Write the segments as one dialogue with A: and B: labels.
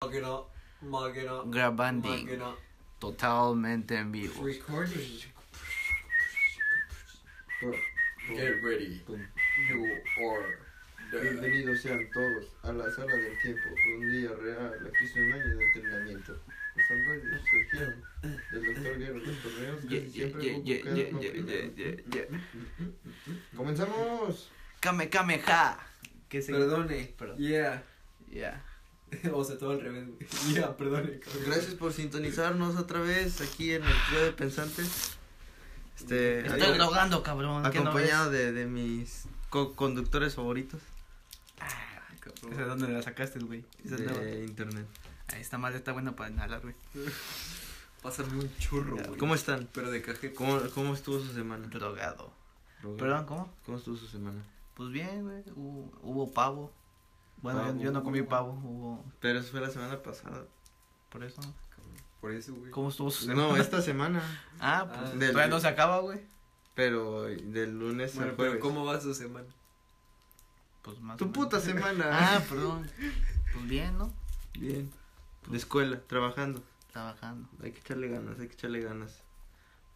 A: máquina, máquina,
B: grabando
A: máquina.
B: totalmente en vivo.
A: Recording. Get ready. You are there.
C: Bienvenidos sean todos a la sala del tiempo, un día real, aquí son años de entrenamiento. Los androides surgieron del doctor Guerra los torneos
B: Ye-
C: que
B: ye-
C: siempre
B: ye-
C: hubo
B: ye-
C: cada
B: ye-
C: uno
B: ye- ye-
C: primero.
B: ye- ye.
C: ¡Comenzamos!
B: Kame Kame Ha. ¿Qué se-
A: Perdone.
B: Perdón.
A: Yeah.
B: Ya.
A: O sea, todo al revés. güey. Yeah, perdone. cabrón.
C: Pues Gracias por sintonizarnos otra vez aquí en el trío de pensantes. Este,
B: Estoy
C: acom-
B: drogando, cabrón. ¿qué no ves?
C: acompañado de, de mis co-conductores favoritos
B: Ah, cabrón. ¿Esa de dónde la sacaste, güey? Esa es nueva.
C: de internet.
B: Ahí está mal, está buena para inhalar, güey.
A: Pásame un churro, güey.
C: ¿Cómo están?
A: Pero de cajeta.
C: ¿Cómo, cómo estuvo su semana?
B: Drogado. Perdón, ¿cómo?
C: ¿Cómo estuvo su semana?
B: Pues bien, güey. Hubo, hubo pavo. Bueno, yo- yo no comí pavo,
C: Pavo.
B: hubo.
C: Pero eso fue la semana pasada.
B: Por eso.
A: Por eso, güey.
B: ¿Cómo estuvo su
C: Pues, No, esta semana.
B: Ah, pues
A: Ah,
C: del-
B: todavía no se acaba, güey.
C: Pero del lunes
A: Bueno,
C: al
A: pero
C: jueves.
A: ¿cómo va su semana?
B: Pues más. o
C: Tu
B: menos.
C: puta semana.
B: Ah, perdón. Pues bien, ¿no?
C: Bien. De escuela, trabajando.
B: Trabajando.
C: Hay que echarle ganas, hay que echarle ganas.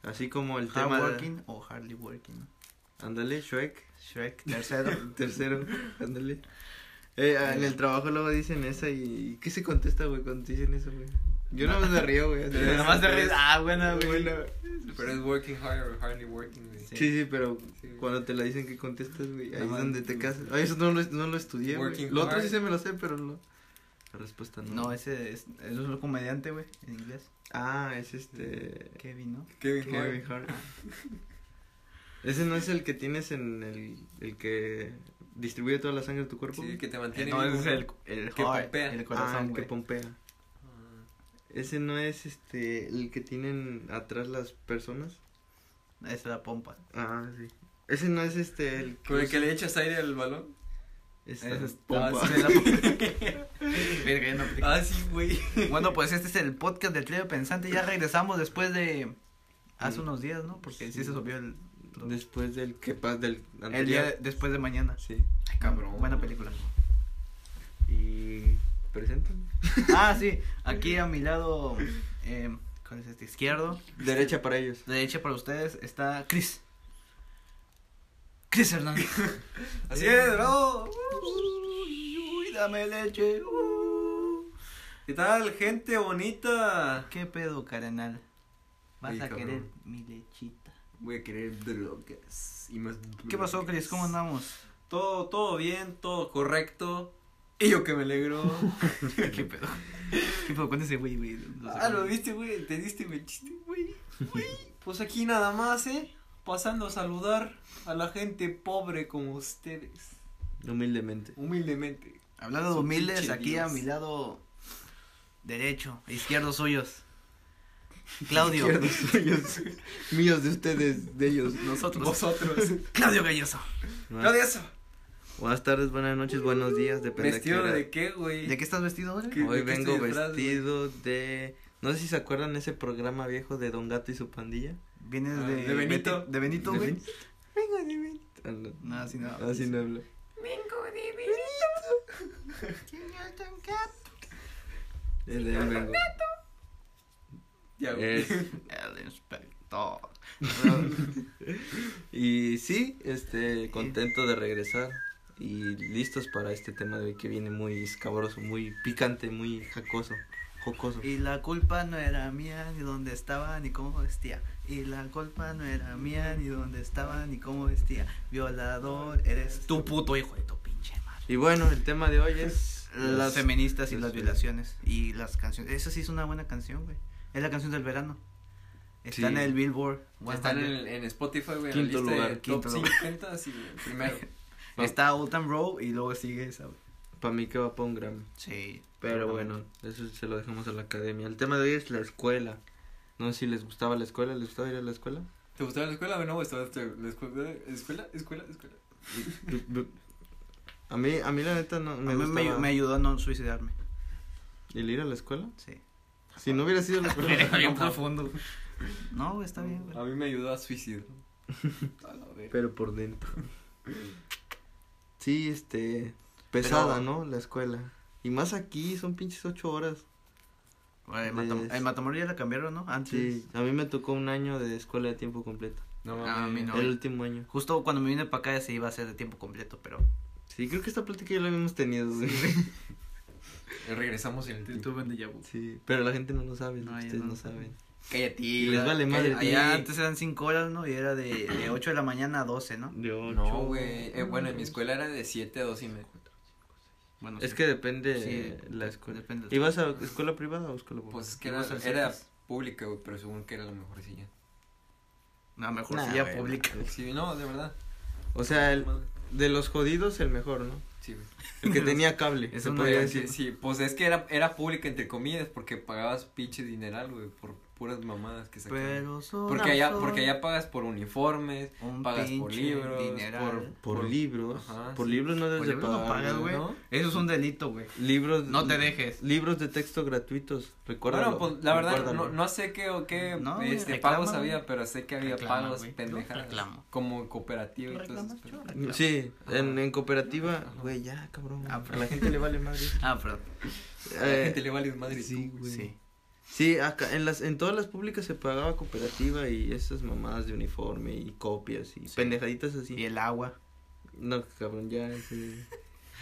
C: Así como el
B: Hard
C: tema de...
B: working o hardly working, ¿no?
C: Ándale, Shrek.
B: Shrek, tercero.
C: Tercero, ándale. Eh, ah, en el trabajo luego dicen eso y... ¿y ¿Qué se contesta, güey, cuando te dicen eso, güey? Yo nada más me río, güey.
A: Pero
B: Nada más te ríes. Ah, buena,
C: Bueno,
B: güey.
A: Pero es working hard or hardly working, güey.
C: Sí, sí, pero
A: Sí, güey.
C: cuando te la dicen que contestas, güey, ahí
B: Nada
C: es
B: más-
C: donde te casas. Ay, eso no lo, no lo estudié, güey.
A: Working
C: Lo otro sí
A: hard.
C: se me lo sé, pero lo... La respuesta no.
B: No, ese es, es un comediante, güey, en inglés.
C: Ah, es este...
B: Kevin, Ah. ¿no?
A: Kevin
C: Kevin
A: Hart.
C: Hart. Ese no es el que tienes en el... El que distribuye toda la sangre de tu cuerpo.
A: Sí,
C: güey?
A: que te mantiene.
B: Uh. no,
A: vivo.
B: ese es el, el
A: Que
B: heart,
A: pompea.
B: el
C: ah,
B: corazón,
C: el que
B: güey.
C: pompea.
A: Ah.
C: Ese no es este... El que tienen atrás las personas.
B: esa es la pompa.
C: Ah, sí. Ese no es este... El
A: Con el que le echas aire al balón.
C: Esta
B: Esa es
C: pompa.
B: Ah, sí, es la pompa. Verga, ya no aplica.
A: Ah, sí, güey.
B: Bueno, pues este es el podcast del trío pensante. Ya regresamos después de hace
C: Mm.
B: unos días, ¿no? Porque sí,
C: Sí.
B: se subió el,
C: Después del que pasa del anterior.
B: el día de- después de mañana.
C: Sí.
A: cabrón.
B: Buena película.
C: Y presentan.
B: Ah, sí. Aquí a mi lado, eh, ¿cuál es este? Izquierdo.
C: Derecha para ellos.
B: Derecha para ustedes está Chris. Chris Hernández.
A: Así es, bro.
B: Uy, dame leche. uy.
A: ¿Qué tal, gente bonita?
B: ¿Qué pedo, carnal? Vas
A: Sí,
B: a
A: cabrón.
B: querer mi lechita.
A: Voy a querer drogas y más
B: ¿Qué pasó,
A: drogas.
B: Chris? ¿Cómo andamos?
A: Todo, todo bien, todo correcto. Y yo que me alegro.
B: ¿Qué pedo? ¿Qué pedo? ¿Cuándo ese güey, güey? Lo
A: ah,
B: sacaron.
A: ¿lo viste, güey? ¿Te diste mi chiste, güey? Güey. Pues aquí nada más, ¿eh? Pasando a saludar a la gente pobre como ustedes.
C: Humildemente.
A: Humildemente.
B: Hablando de
A: Su
B: humildes,
A: pinche
B: aquí a
A: Dios.
B: mi lado derecho, izquierdo suyos. Claudio.
C: Izquierdos suyos. Míos de ustedes, de ellos.
B: Nosotros.
A: Vosotros.
B: Claudio Galloso.
A: Claro, eso.
C: Buenas tardes, buenas noches, buenos días, depende
A: ¿Vestido
C: a qué hora.
A: de qué, güey?
B: ¿De qué estás vestido ahora?
A: ¿Qué-
C: Hoy
A: de qué
C: vengo
A: estoy disfraz,
C: vestido de no sé si se acuerdan ese programa viejo de Don Gato y su pandilla.
B: Vienes
A: Ah,
B: de,
A: de Benito.
B: Beti- De Benito,
C: ¿De
B: güey.
C: Benito? Vengo de Benito. Ah, no.
B: No, así no.
C: Así no hablo. Vengo de Benito. Señor Don Gato. vengo.
A: Ya, güey.
C: Es-
B: El inspector.
C: Y sí, este, contento de regresar y listos para este tema de hoy que viene muy escabroso, muy picante, muy jacoso, jocoso.
B: Y la culpa no era mía, ni dónde estaba, ni cómo vestía. Y la culpa no era mía, ni dónde estaba, ni cómo vestía. Violador, eres tu puto hijo de tu pinche madre.
C: Y bueno, el tema de hoy es
B: Las feministas y
C: las
B: las violaciones. Y las canciones. Esa sí es una buena canción, güey. Es la canción del verano. Está
C: Sí.
B: en el Billboard.
A: Están
B: 100.
A: en, en Spotify, güey. en
C: Quinto
A: la lista
C: lugar,
A: de
C: quinto
A: top
C: lugar.
A: 50, así, güey, primero.
B: Está Old Town Road y luego sigue esa, güey.
C: Para mí que va para un Grammy.
B: Sí.
C: Pero bueno, eso se lo dejamos a la academia. El tema de hoy es la escuela. No sé si les gustaba la escuela, ¿les gustaba ir a la escuela?
A: ¿Te gustaba la escuela? No, estaba en la escuela, escuela, escuela, escuela.
C: A mí, a mí la neta no me
B: A mí me,
C: gustaba.
B: me ayudó a no suicidarme.
C: ¿El ir a la escuela?
B: Sí.
C: Si no hubiera sido la escuela.
B: Bien profundo. No, güey, está bien,
C: Ah,
B: güey.
A: A mí me ayudó a suicidio.
C: Pero por dentro. Sí, este. Pesada,
B: Pero-
C: ¿no? La escuela. Y más aquí, son pinches ocho horas.
B: Bueno, el, Matam-
C: Es-
B: el Matamoros ya la cambiaron, ¿no? Antes.
C: Sí, a mí me tocó un año de escuela de tiempo completo.
A: No
B: Ah, a mí no.
C: El último año.
B: Justo cuando me vine para acá se iba a ser de tiempo completo, pero
C: Sí, creo que esta plática ya la habíamos tenido. Sí,
A: Regresamos en el tiempo.
B: tuve de Yabu.
C: Sí, pero la gente no lo sabe,
B: No, ya
C: ustedes
B: no
C: no,
B: lo
C: saben.
B: Cállate.
C: les vale madre,
B: cállate. Allá
A: sí.
B: antes eran 5 horas, ¿no? Y era de, de 8 de la mañana a 12, ¿no?
C: De ocho,
A: No, güey. eh, bueno, en mi escuela era de 7 a 2 y media.
B: Bueno,
C: Es
B: sí.
C: que depende
B: Sí,
C: la escuela.
B: depende de la
C: ¿Ibas a escuela privada o escuela pública?
A: Pues es que era,
B: Ibas al
A: era
B: Cetis.
A: pública, güey, pero según que era la mejorcilla.
B: A lo mejor
C: Nah,
B: sí ya
C: bueno.
B: pública.
A: Sí, no, de verdad.
C: O sea, el- de los jodidos el mejor, ¿no?
A: Sí, güey.
C: El que tenía cable.
B: Es
C: se
B: una-
C: podría
A: Oye,
C: decir.
A: sí, sí, pues es que era, era pública entre comillas porque pagabas pinche dineral, güey, por puras mamadas que sacaban.
B: Pero solo.
A: porque allá porque allá pagas por uniformes,
B: Un
A: pagas por
B: pinche
A: libros,
B: dineral.
A: por
C: Por libros.
A: Ajá,
C: por
A: sí.
C: libros no
B: Por
C: debes Pues de
B: libros no
C: pagar.
B: pagas, güey.
A: ¿no?
B: Eso es un delito, güey.
C: Libros.
B: No te dejes.
C: Libros de texto gratuitos. Recuérdalo.
A: bueno, pues la verdad
C: recuérdalo.
A: no, no sé qué o qué
B: No, güey,
A: este
B: reclama,
A: pagos
B: güey.
A: había, pero sé que había
B: Reclama,
A: pagos
B: güey. Yo
A: pendejadas
B: reclamo.
A: como cooperativa y todo eso.
C: Sí,
A: Ajá.
C: en, en cooperativa. Güey, ya, cabrón. Eh,
B: Ah,
C: a la gente le vale madre.
B: Ah, perdón.
A: A la gente le vale madre
C: sí,
A: tú.
C: güey.
B: Sí.
C: Sí, acá, en, las, en todas las públicas se pagaba cooperativa y esas mamadas de uniforme y copias y
B: Sí.
C: pendejaditas así.
B: Y el agua.
C: No, cabrón, ya. sí,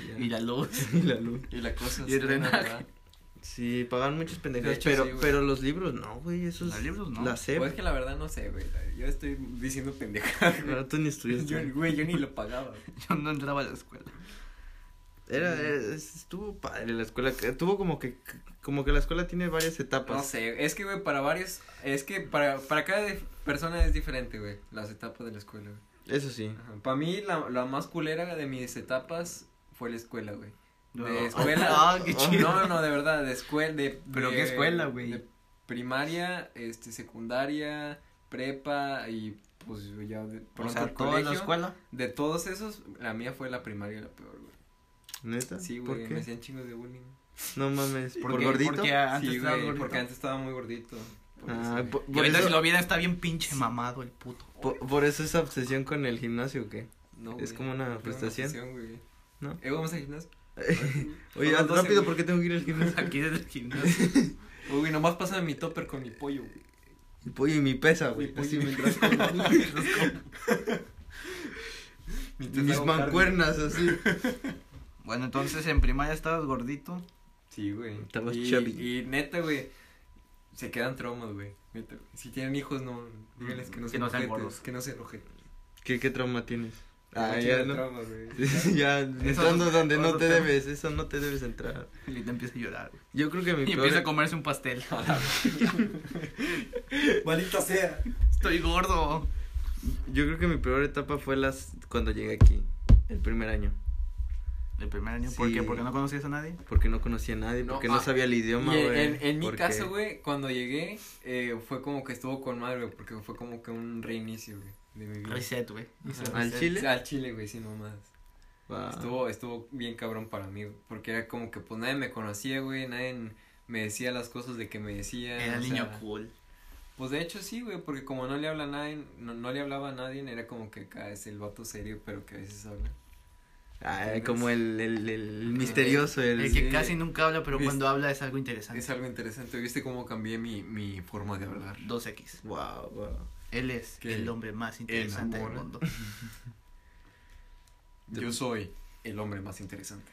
C: ya.
B: Y la luz.
C: Y la luz.
A: Y la cosa
B: Y el
A: es buena,
B: drenaje.
A: ¿verdad?
C: Sí, pagan muchas
A: De
C: pendejadas,
A: hecho,
C: pero,
A: sí, güey.
C: pero los libros no, güey, esos.
B: Los libros no.
C: La SEP.
A: Pues es que la verdad no sé, güey. Yo estoy diciendo pendejadas. güey.
C: No, tú ni estudiaste.
A: Yo, güey, yo ni lo pagaba.
B: Yo no entraba a la escuela.
C: Era, era- es- estuvo padre la escuela, que- estuvo como que, como que la escuela tiene varias etapas.
A: No sé, es que, güey, para varios, es que para, para cada dif- persona es diferente, güey, las etapas de la escuela, güey.
C: Eso sí.
A: Para mí, la, la más culera de mis etapas fue la escuela, güey. De
B: No.
A: escuela.
B: Ah, qué chido.
A: No, no, no, de verdad, de escuela, de.
B: ¿Pero
A: de-
B: qué escuela, güey?
A: de Primaria, este, secundaria, prepa y, pues, ya de
B: O
A: pronto
B: sea,
A: el
B: toda la
A: colegio.
B: escuela.
A: De todos esos, la mía fue la primaria la peor, güey.
B: Ah,
C: ¿Neta?
A: Sí,
C: ¿Por
A: güey,
C: qué?
A: me hacían chingos de bullying.
C: No mames, ¿por,
B: Porque-
C: gordito?
B: Porque Ah, antes
A: sí,
B: estaba
A: güey,
B: gordito.
A: porque antes estaba muy gordito. por eso,
C: Ah,
A: güey.
C: por,
B: Y
C: por
B: ahorita
C: eso,
B: si lo viera está bien pinche mamado el puto.
C: por- por eso esa obsesión con el gimnasio, ¿o ¿qué?
B: pues,
A: No, güey,
C: Es como una
A: fue
C: prestación.
A: obsesión, güey.
C: ¿No?
A: Eh, vamos al gimnasio.
C: Oye,
A: Son las
C: haz rápido
A: 12,
C: porque tengo que ir al gimnasio.
B: Aquí desde el gimnasio.
A: Uy, güey, nomás pásame mi topper con mi pollo, güey.
C: Y pollo y mi pesa,
A: Mi
C: güey.
A: pollo
C: así
A: y mi
C: mientras
A: pesa.
C: como.
A: Mientras
C: Mis
A: hago cardio.
C: mancuernas, así.
B: Bueno, entonces en primaria estabas gordito.
A: Sí, güey.
C: Estabas
A: y,
C: chubby.
A: y neta, güey, se quedan traumas, güey. Neta, güey. Si tienen hijos, no, díganles que no,
B: Que no sean
A: ojetes,
B: gordos.
A: que no se enojen.
C: ¿Qué, qué trauma tienes?
A: No
C: Ah, ya
A: tienen
C: no.
A: traumas, güey.
C: ya, entrando
B: no-
C: donde no
B: otro
C: te
B: tema.
C: debes, eso no te debes entrar.
B: Y te empieza a llorar. güey.
C: Yo creo que mi
B: Y
C: peor
B: empieza a comerse un pastel.
A: Maldita sea.
B: Estoy gordo.
C: Yo creo que mi peor etapa fue las cuando llegué aquí, el primer año,
B: El primer año.
C: Sí.
B: ¿Por qué? ¿Porque no conocías a nadie?
C: porque no conocía a nadie,
A: No,
C: porque no
A: ah,
C: sabía el idioma,
A: Y en-
C: güey.
A: en, en mi
C: porque-
A: caso, güey, cuando llegué, eh, fue como que estuvo con madre, güey, porque fue como que un reinicio, güey, de mi vida.
B: Reset, güey.
A: Ajá.
C: ¿Al Chile? Ah.
A: Sí, Al Chile, güey, sin mamadas.
C: Wow.
A: Estuvo, estuvo bien cabrón para mí, güey, porque era como que, pues, nadie me conocía, güey, nadie me decía las cosas de que me decía.
B: Era
A: o
B: niño
A: sea,
B: cool.
A: Pues, de hecho, sí, güey, porque como no le habla a nadie, no, no le hablaba a nadie, era como que acá es el vato serio, pero que a veces habla.
C: Ah, como el, el, el misterioso, el...
B: El que
A: sí.
B: casi nunca habla, pero
A: Viste-
B: cuando habla es algo interesante.
A: Es algo interesante, ¿viste cómo cambié mi, mi forma de hablar?
B: 2X.
C: Wow, wow.
B: Él es
A: ¿Qué?
B: el hombre más interesante del
A: amor.
B: mundo.
A: Yo soy el hombre más interesante.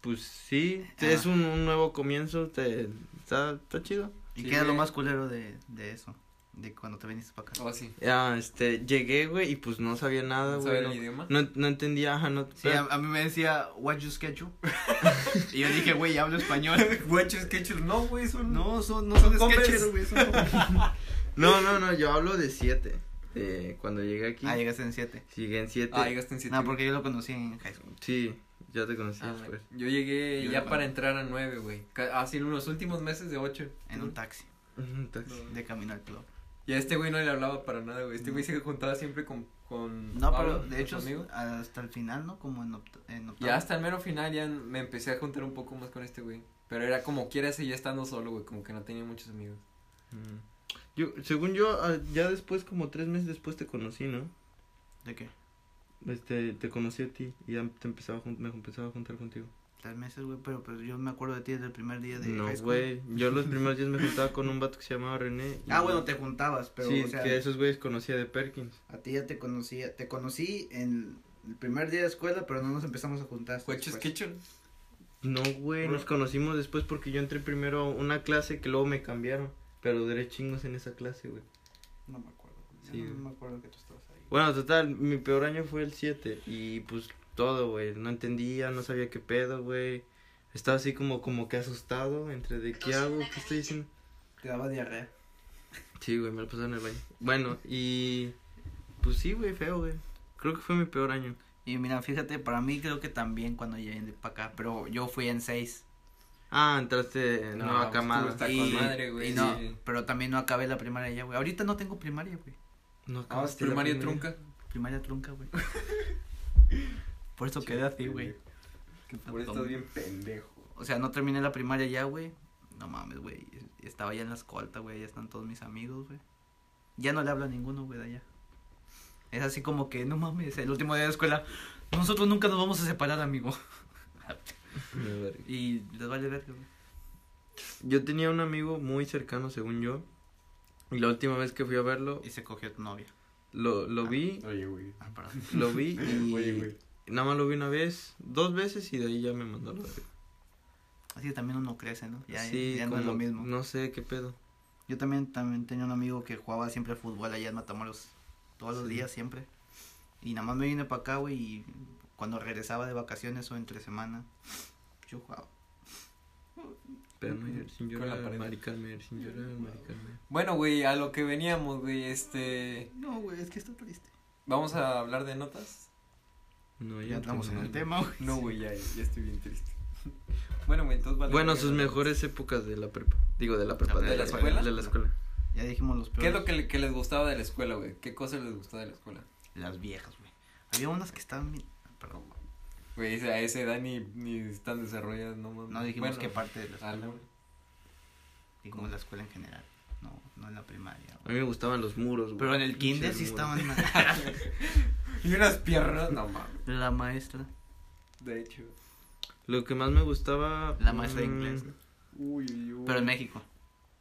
C: Pues sí,
B: Ah.
C: es un, un nuevo comienzo, te, está, está chido.
B: ¿Y
A: Sí,
B: qué era lo
A: güey.
B: más culero de, de eso? De cuando te viniste para acá.
A: Oh, sí.
C: Ah, este, llegué, güey, y pues no sabía nada,
A: Ah, ¿No sabía
C: güey.
A: el
C: no-
A: idioma?
C: No, no entendía, ajá, no.
B: Sí, a, a mí me decía, what you schedule. y yo dije, güey, hablo español.
A: Guachos, quechos, no, güey, son.
B: No, son, no
A: Son
B: son
A: hombres.
B: sketches, güey. son hombres.
C: No, no, no, yo hablo de siete. Eh, cuando llegué aquí,
B: ah, llegaste en 7.
C: llegué en siete.
A: Ah, llegaste en siete.
B: No, porque yo lo conocí en high school.
C: Sí, ya te conocí
A: Ah,
C: después.
A: yo llegué
B: Yo
A: ya
B: no.
A: para entrar a nueve, güey. Ca- Así en los últimos meses de ocho.
B: En un taxi,
C: Un taxi.
A: No.
B: de camino al club.
A: Y a este güey no le hablaba para nada, güey. Este güey se juntaba siempre con. con
B: No,
A: Pablo,
B: pero de
A: con
B: hecho,
A: su amigo.
B: hasta el final, ¿no? Como en, oct- en octavo.
A: Ya hasta el mero final ya me empecé a juntar un poco más con este güey. Pero era como quiera seguía estando solo, güey. Como que no tenía muchos amigos.
C: Mm. Yo, según yo, ah, ya después, como tres meses después te conocí, ¿no?
B: ¿De qué?
C: Este, te conocí a ti y ya te empezaba a jun- me empezaba a juntar contigo.
B: Tres meses, güey, pero pues yo me acuerdo de ti desde el primer día de
C: No,
B: high school.
C: güey. Yo los primeros días me juntaba con un vato que se llamaba René. y-
B: Ah, bueno, te juntabas, pero
C: sí,
B: o sea,
C: que esos güeyes conocía de Perkins.
B: a ti ya te conocía, te conocí en el primer día de escuela, pero no nos empezamos a juntar. hasta
A: Coches
B: después.
A: Kitchen.
C: No, güey, nos conocimos después porque yo entré primero a una clase que luego me cambiaron. Pero duré chingos en esa clase, güey.
B: No me acuerdo. yo
C: Sí,
B: no,
C: güey.
B: me acuerdo que tú estabas ahí.
C: Bueno, total, mi peor año fue el 7 y pues todo, güey, no entendía, no sabía qué pedo, güey. Estaba así como como que asustado entre de qué hago, qué estoy diciendo.
B: Te daba diarrea.
C: Sí, güey, me lo pasaba en el baño. Bueno, y pues sí, güey, feo, güey. Creo que fue mi peor año.
B: Y mira, fíjate, para mí creo que también cuando llegué para acá, pero yo fui en seis.
C: Ah, entraste en
A: No,
C: nueva
A: pues, tú
C: camada.
A: estás- Está
B: y,
A: con madre, güey,
B: y no,
A: sí.
B: pero también no acabé la primaria ya, güey. Ahorita no tengo primaria, güey.
C: No
A: Ah,
C: acabaste la
A: primaria
C: primaria.
A: trunca.
B: Primaria trunca, güey. Por eso quedé así, güey.
A: Que
B: Por eso estás bien
A: pendejo.
B: O sea, no terminé la primaria ya, güey. No mames, güey. Estaba ya en la escolta, güey. Ya están todos mis amigos, güey. Ya no le hablo a ninguno, güey, de allá. Es así como que, no mames, el último día de escuela. Nosotros nunca nos vamos a separar, amigo.
C: Me verga.
B: Y les vale verga, güey.
C: Yo tenía un amigo muy cercano, según yo. Y la última vez que fui a verlo,
B: Y se cogió tu novia.
C: lo, lo vi,
A: Oye, güey.
B: Ah, perdón.
C: lo vi y
A: Oye, güey.
C: Nada más lo vi una vez, dos veces y de ahí ya me mandó a la verga.
B: Así que también uno crece, ¿no? Ya,
C: Sí,
B: ya no es
C: como-
B: lo mismo.
C: No sé qué pedo.
B: Yo también, también tenía un amigo que jugaba siempre fútbol allá en Matamoros, todos los
C: Sí.
B: días siempre. Y nada más me vine para acá, güey, y cuando regresaba de vacaciones o entre semana, yo jugaba.
C: Pero no ir sin
A: Con la
C: llorar,
A: pared.
C: maricarme, sin llorar, maricarme.
A: Bueno, güey, a lo que veníamos, güey, este.
B: No, güey, es que está triste.
A: ¿Vamos a hablar de notas?
C: No,
B: Ya entramos en
C: tenía-
B: el tema, güey.
A: No, güey, ya, ya estoy bien triste. Bueno, güey, entonces vale.
C: Bueno,
A: verga,
C: sus
A: güey.
C: mejores épocas de la prepa. Digo, de la prepa.
B: ¿De la
A: escuela?
C: De la escuela.
B: Ya dijimos los peores.
A: ¿Qué es lo que, le- que les gustaba de la escuela, güey? ¿Qué cosa les gustaba de la escuela?
B: Las viejas, güey. Había unas que estaban bien... Perdón, güey.
A: Güey, a esa edad ni, ni están desarrolladas, no mames.
B: No dijimos
A: Bueno, Ah,
B: qué parte de la
A: a
B: escuela,
A: la-
B: güey. Dijimos la escuela en general. No, no en la primaria,
C: A
B: güey.
C: mí me gustaban los muros, güey.
B: Pero en el kinder sí
C: Muros.
B: estaban... mal.
A: Y unas piernas, no mames.
B: la maestra.
A: De hecho.
C: Lo que más me gustaba.
B: La maestra de
C: mm,
B: inglés, ¿no?
A: Uy, uy, uy.
B: Pero en México.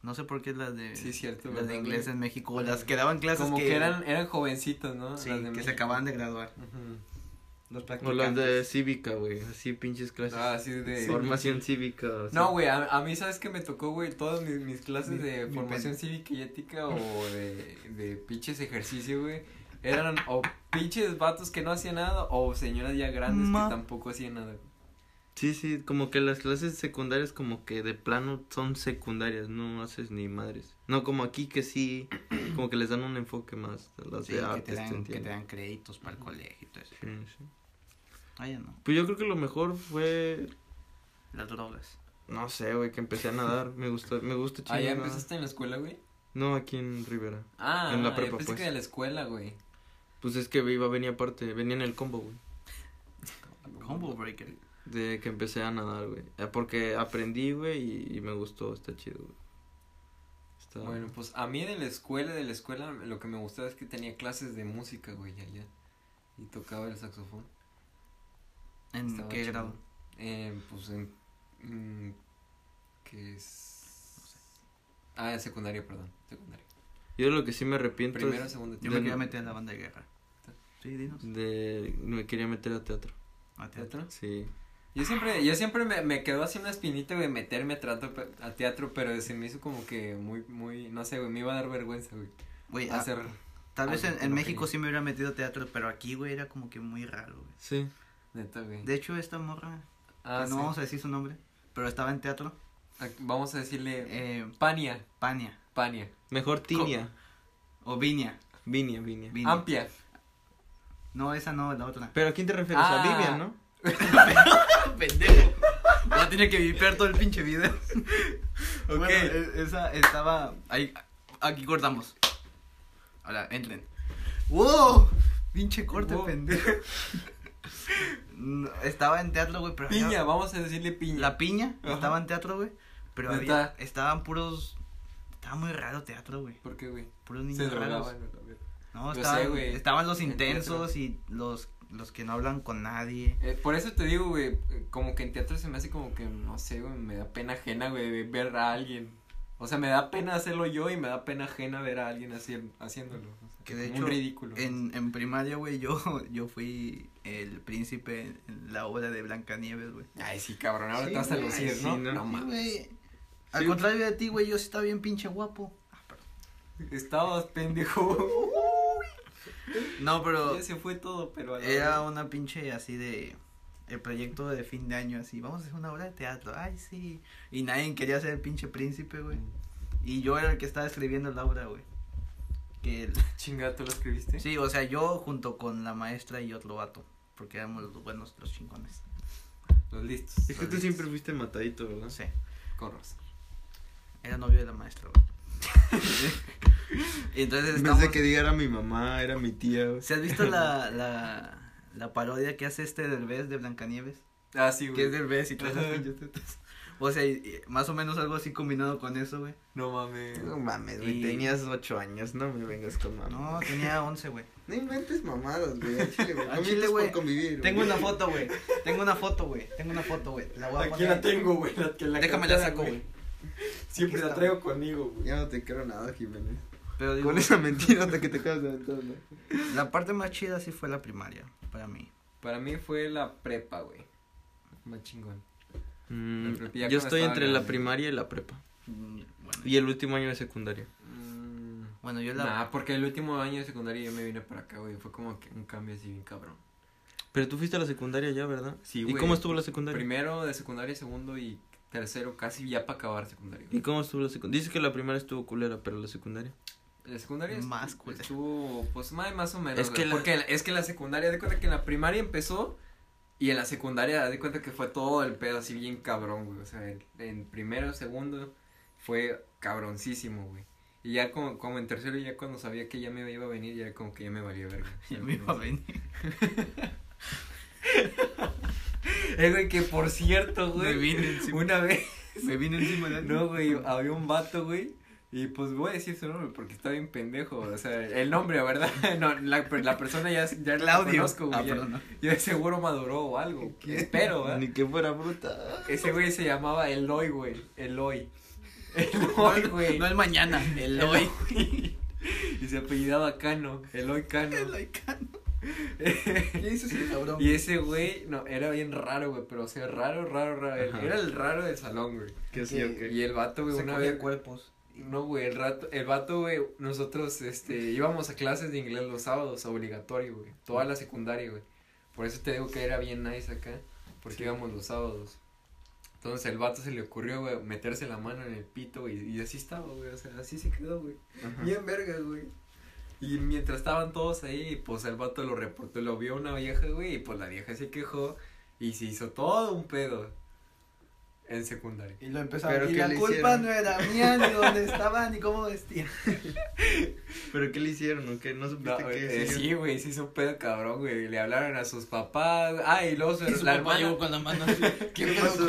B: No sé por qué las de...
A: Sí, cierto,
B: Las
A: ¿verdad,
B: de
A: güey?
B: inglés en México, o las que daban clases
A: Como
B: que,
A: que, eran, eran jovencitos, ¿no?
B: sí,
A: Las
B: que
A: de
B: se
A: México.
B: acababan de graduar.
A: Ujú.
B: Los
C: O
B: practicantes.
C: las de cívica, güey. Así pinches clases.
A: Ah, sí, de.
C: este, Formación cívica. o sea.
A: No, güey, a, a mí, ¿sabes qué me tocó, güey? Todas mis, mis clases
B: Mi-
A: de
B: mi
A: formación
B: pen-
A: cívica y ética o de, de pinches ejercicio, güey, eran o pinches vatos que no hacían nada o señoras ya grandes
B: Ma-
A: que tampoco hacían nada.
C: Sí, sí, como que las clases secundarias como que de plano son secundarias, no haces ni madres. No como aquí que sí, como que les dan un enfoque más a las
B: Sí,
C: de
B: que, te
C: artes, te
B: dan, que te
C: entiendo.
B: dan créditos para el colegio y todo eso.
C: Sí, sí.
B: Ah, ya no.
C: Pues yo creo que lo mejor fue,
B: Las drogas.
C: no sé, güey, que empecé a nadar, me gustó, me gusta
A: Ah, ¿ya
C: nadar.
A: empezaste en la escuela, güey?
C: No, aquí en Rivera.
A: Ah,
C: En la
A: yo
C: prepa,
A: pensé
C: pues.
A: que de la escuela, güey.
C: Pues es que iba, venía aparte, venía en el combo, güey,
B: Combo breaker.
C: de que empecé a nadar, güey. Eh, Porque aprendí, güey, y, y me gustó, está chido, güey. Está...
A: Bueno, pues a mí de la escuela, de la escuela, lo que me gustaba es que tenía clases de música, güey, allá. Y tocaba el saxofón.
B: ¿En
A: Estaba
B: qué
A: chido.
B: grado?
A: Eh, pues en. mm, que es. Ah, en secundaria, perdón. Secundaria.
C: Yo lo que sí me arrepiento
A: Primero,
C: es
A: segundo,
B: Yo
A: tercero.
B: me
C: Del-
B: quería meter en la banda de guerra. Sí, dinos.
C: de... me quería meter a teatro.
B: A teatro.
A: ¿Teatro?
C: Sí.
A: Yo siempre, yo siempre me, me quedó así una espinita, güey, meterme a teatro, pe- a teatro, pero se me hizo como que muy, muy, no sé, güey, me iba a dar vergüenza, güey,
B: Güey, ah,
A: hacer,
B: tal vez
A: algo
B: en,
A: que
B: en
A: no
B: México
A: quería.
B: sí me hubiera metido a teatro, pero aquí, güey, era como que muy raro, güey.
C: Sí.
A: neta, güey.
B: De hecho, esta morra,
A: Ah,
B: que no
A: sí.
B: vamos a decir su nombre, pero estaba en teatro.
A: Ah, Vamos a decirle,
B: Eh,
A: Pania,
B: Pania.
A: Pania,
C: Mejor Tinia.
B: O Vinia.
C: Vinia, Vinia.
B: Vinia.
A: Ampia.
B: No, esa no, la otra.
C: Pero ¿a quién te refieres?
A: Ah.
C: A Vivian, ¿no?
B: pendejo. Va a tener que vipear todo el pinche video.
C: Ok.
B: Bueno, e- esa estaba. Ahí, aquí cortamos. Ahora, entren. ¡Wow! Pinche corte,
A: Wow.
B: pendejo. No, estaba en teatro, güey, pero. había-
A: Piña, vamos a decirle piña.
B: La piña
A: Ajá.
B: estaba en teatro, güey. Pero había-
A: Neta.
B: estaban puros. Estaba muy raro teatro, güey.
A: ¿Por qué, güey?
B: Puros
A: Se
B: niños raros.
A: drogaban, a la verga.
B: No,
A: Yo
B: estaban,
A: sé, güey.
B: estaban los
A: En
B: intensos y los los que no hablan con nadie.
A: Eh, por eso te digo, güey, eh, como que en teatro se me hace como que, no sé, güey, me da pena ajena, güey, de ver a alguien. O sea, me da pena hacerlo yo y me da pena ajena ver a alguien haci- haciéndolo. O sea,
B: Que de
A: como
B: hecho,
A: un ridículo.
B: En, en primaria, güey, yo, yo fui el príncipe en la obra de Blancanieves, güey.
A: Ay, sí, cabrón, ahora
C: Sí,
A: te vas a
C: güey,
A: lucir,
C: sí,
A: ¿no?
C: ¿no?
A: No
C: Sí,
A: mames.
B: Al
C: Sí.
B: contrario de ti, güey, yo sí estaba bien pinche guapo.
A: Estabas pendejo.
B: No, pero
A: ya se fue todo, pero a la
B: era
A: verga.
B: una pinche así de el proyecto de fin de año así, vamos a hacer una obra de teatro. Ay, sí. Y nadie quería ser el pinche príncipe, güey. Y yo era el que estaba escribiendo la obra, güey. Que el-
A: Chinga, ¿tú lo escribiste?
B: Sí, o sea, yo junto con la maestra y otro vato, porque éramos los buenos, los chingones.
A: Los listos.
C: Es que tú siempre fuiste matadito, ¿verdad?
B: No sé.
A: Con razón.
B: Era novio de la maestra, güey. Y Entonces
C: En
B: estamos...
C: vez de que diga era mi mamá, era mi tía. güey.
B: ¿Se has visto la, la, la parodia que hace este Derbez de Blancanieves?
A: Ah, sí,
B: Que es
A: güey.
B: Derbez y todas esas
A: Ajá.
B: pinches tetas. O sea, y- y más o menos algo así combinado con eso, güey.
A: No mames.
C: No mames, güey,
B: Y-
C: tenías ocho años, no me vengas con mamá.
B: No, tenía 11, güey.
C: No inventes mamadas, güey, al chile, güey.
B: Al
C: No
B: chile,
C: mientes
B: güey.
C: por convivir,
B: Tengo
C: güey.
B: una foto, güey. Tengo una foto, güey. Tengo una foto, güey. La voy a
A: Aquí
B: poner.
A: la tengo, güey. La, que la
B: Déjame la
A: captura,
B: saco, güey.
A: Siempre
B: Aquí
A: la
B: está.
A: traigo conmigo, güey.
C: Ya no te creo nada, Jiménez.
B: Pero digo,
C: Con esa mentira hasta que te acabas de aventar, ¿no?
B: la parte más chida sí fue la primaria, para mí.
A: Para mí fue la prepa, güey. Más chingón.
C: Mm,
A: La prepa ya cuando
C: yo estoy
A: estaba
C: entre la
A: grande.
C: primaria y la prepa.
B: Mm, Bueno,
C: Y el último año de secundaria.
A: Mm,
B: bueno, yo la...
A: Nah, porque el último año de secundaria yo me vine para acá, güey. Fue como que un cambio así bien cabrón.
C: Pero tú fuiste a la secundaria ya, ¿verdad?
A: Sí,
C: ¿Y
A: güey.
C: cómo estuvo la secundaria?
A: Primero de secundaria, segundo y tercero, casi ya para acabar secundaria.
C: ¿Y
A: güey.
C: cómo estuvo la secundaria? Dices que la primaria estuvo culera, pero la secundaria.
A: La secundaria
B: Más
A: más
B: culera.
A: estuvo, pues más, más o menos.
C: Es
A: Es
C: que
A: que
C: la-
A: Porque la- es que la secundaria, de cuenta que en la primaria empezó y en la secundaria, de cuenta que fue todo el pedo así bien cabrón, güey. O sea, en, en primero, segundo fue cabroncísimo, güey. Y ya como, como en tercero, ya cuando sabía que ya me iba a venir, ya como que ya me valía verga.
B: Ya me iba a venir.
A: Eh, güey, que por cierto,
B: Me
A: güey.
B: vine encima.
A: Una vez.
B: Me vine encima de
A: No, güey, había un vato, güey. Y pues voy a decir su nombre porque está bien pendejo. O sea, el nombre, ¿verdad? No, la, per- la persona ya, ya no la
B: Claudio.
A: conozco, güey.
B: Ah,
A: ya-
B: perdón. no. ¿eh?
A: ya de seguro maduró o algo. Espero, ¿verdad?
C: Ni que fuera bruta.
A: Ese güey se llamaba Eloy, güey. Eloy. Eloy,
B: No,
A: güey.
B: No el mañana, el hoy.
A: Y se apellidaba Cano. Eloy Cano.
B: ¿Qué hizo ese cabrón?
A: Y ese güey, no, era bien raro, güey, pero o sea, raro, raro, raro.
C: Ajá.
A: Era el raro del salón, güey.
C: Que
B: sí, ok.
A: Y el vato, güey, una vez,
B: cuerpos.
A: No, güey, el rato, el vato, güey, nosotros, este, íbamos a clases de inglés los sábados, obligatorio, güey, toda la secundaria, güey, por eso te digo que era bien nice acá, porque íbamos los sábados, entonces el vato se le ocurrió, güey, meterse la mano en el pito, güey, y así estaba, güey, o sea, así se quedó, güey, bien verga, güey, y mientras estaban todos ahí, pues el vato lo reportó, lo vio una vieja, güey, y pues la vieja se quejó, y se hizo todo un pedo en secundaria.
B: Y lo empezaron.
C: ¿Pero
B: y
C: qué
B: la
C: le
B: culpa
C: hicieron?
B: no era mía, ni dónde estaban, ni cómo vestían.
C: ¿Pero qué le hicieron o qué? ¿No
A: No,
C: supiste
A: güey,
C: qué?
A: eh,
C: hicieron?
A: sí, güey, sí es un pedo cabrón, güey. Le hablaron a sus papás. güey. Ah, y luego su- la, hermana,
B: con la mano así.
C: ¿Qué pasó?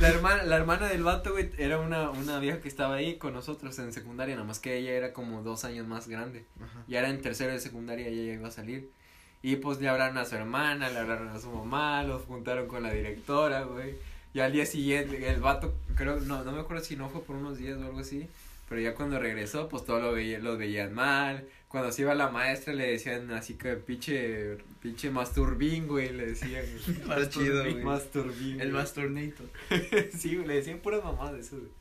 A: la hermana, la hermana del vato, güey, era una, una vieja que estaba ahí con nosotros en secundaria, nada más que ella era como dos años más grande.
C: Ajá.
A: Ya era en tercero de secundaria y ella iba a salir. Y pues le hablaron a su hermana, le hablaron a su mamá, los juntaron con la directora, güey. Y al día siguiente, el vato, creo, no, no me acuerdo si no fue por unos días o algo así. Pero ya cuando regresó, pues todo lo veía, los veían mal. Cuando se iba la maestra, le decían así que pinche, pinche masturbín, güey, le decían. güey.
C: Está chido, güey.
A: masturbín.
B: El
A: güey.
B: mastornito.
A: sí, güey, le decían puras mamadas eso, güey.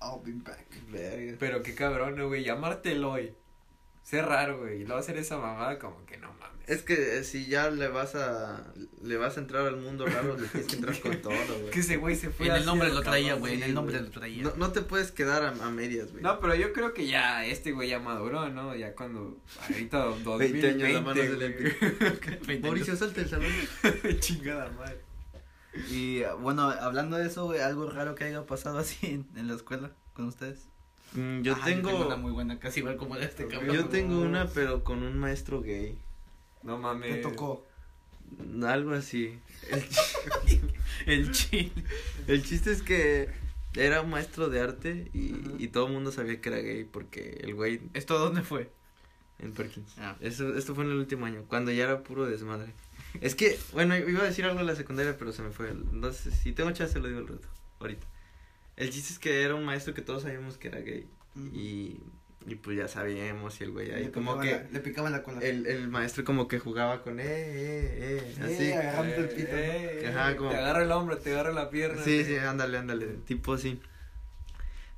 C: I'll be back. Verga.
A: Pero qué cabrón, ¿no, güey, llamarte Eloy. Ser raro, güey. Y luego hacer esa mamada como que no mames.
C: Es que eh, si ya le vas a le vas a entrar al mundo raro, le tienes que entrar con todo,
A: Que
C: güey.
A: ese güey se fue.
B: En el
A: así
B: nombre
A: a
B: lo traía,
A: cabrón,
B: güey. En
A: sí,
B: el nombre lo traía.
C: No, no te puedes quedar a, a medias, güey.
A: No, pero yo creo que ya este güey ya maduró, ¿no? Ya cuando ahorita 2020,
C: 20 años la mano se le
A: pues, güey.
C: Mauricio, salta el salón.
A: chingada madre.
B: Y ah, bueno, hablando de eso, güey, algo raro que haya pasado así en, en la escuela con ustedes.
C: Mm, yo,
B: Ah,
C: tengo,
B: una muy buena, casi igual como la de este cabrón.
C: yo tengo una, pero con un maestro gay.
A: No mames.
B: Te tocó.
C: Algo así. El,
B: El chile.
C: el chiste es que era un maestro de arte y,
A: Ajá.
C: y todo el mundo sabía que era gay porque el güey
B: ¿Esto dónde fue?
C: En Perkins.
B: Ah.
C: Eso, esto fue en el último año, cuando ya era puro desmadre. Es que, bueno, iba a decir algo de la secundaria, pero se me fue. Entonces, si tengo chance, lo digo el rato, ahorita. El chiste es que era un maestro que todos sabíamos que era gay. Y, y pues ya sabíamos, y el güey ahí,
B: Le
C: como
B: picaban
C: que.
B: la- le picaban la cola.
C: El, el maestro como que jugaba con eh, eh, eh, así.
B: Eh, agarrándote el pito, ¿no?
A: Eh, eh,
C: Ajá, como-
A: Te agarra el hombro, te agarra la pierna.
C: Sí,
A: eh.
C: sí, ándale, ándale, tipo así.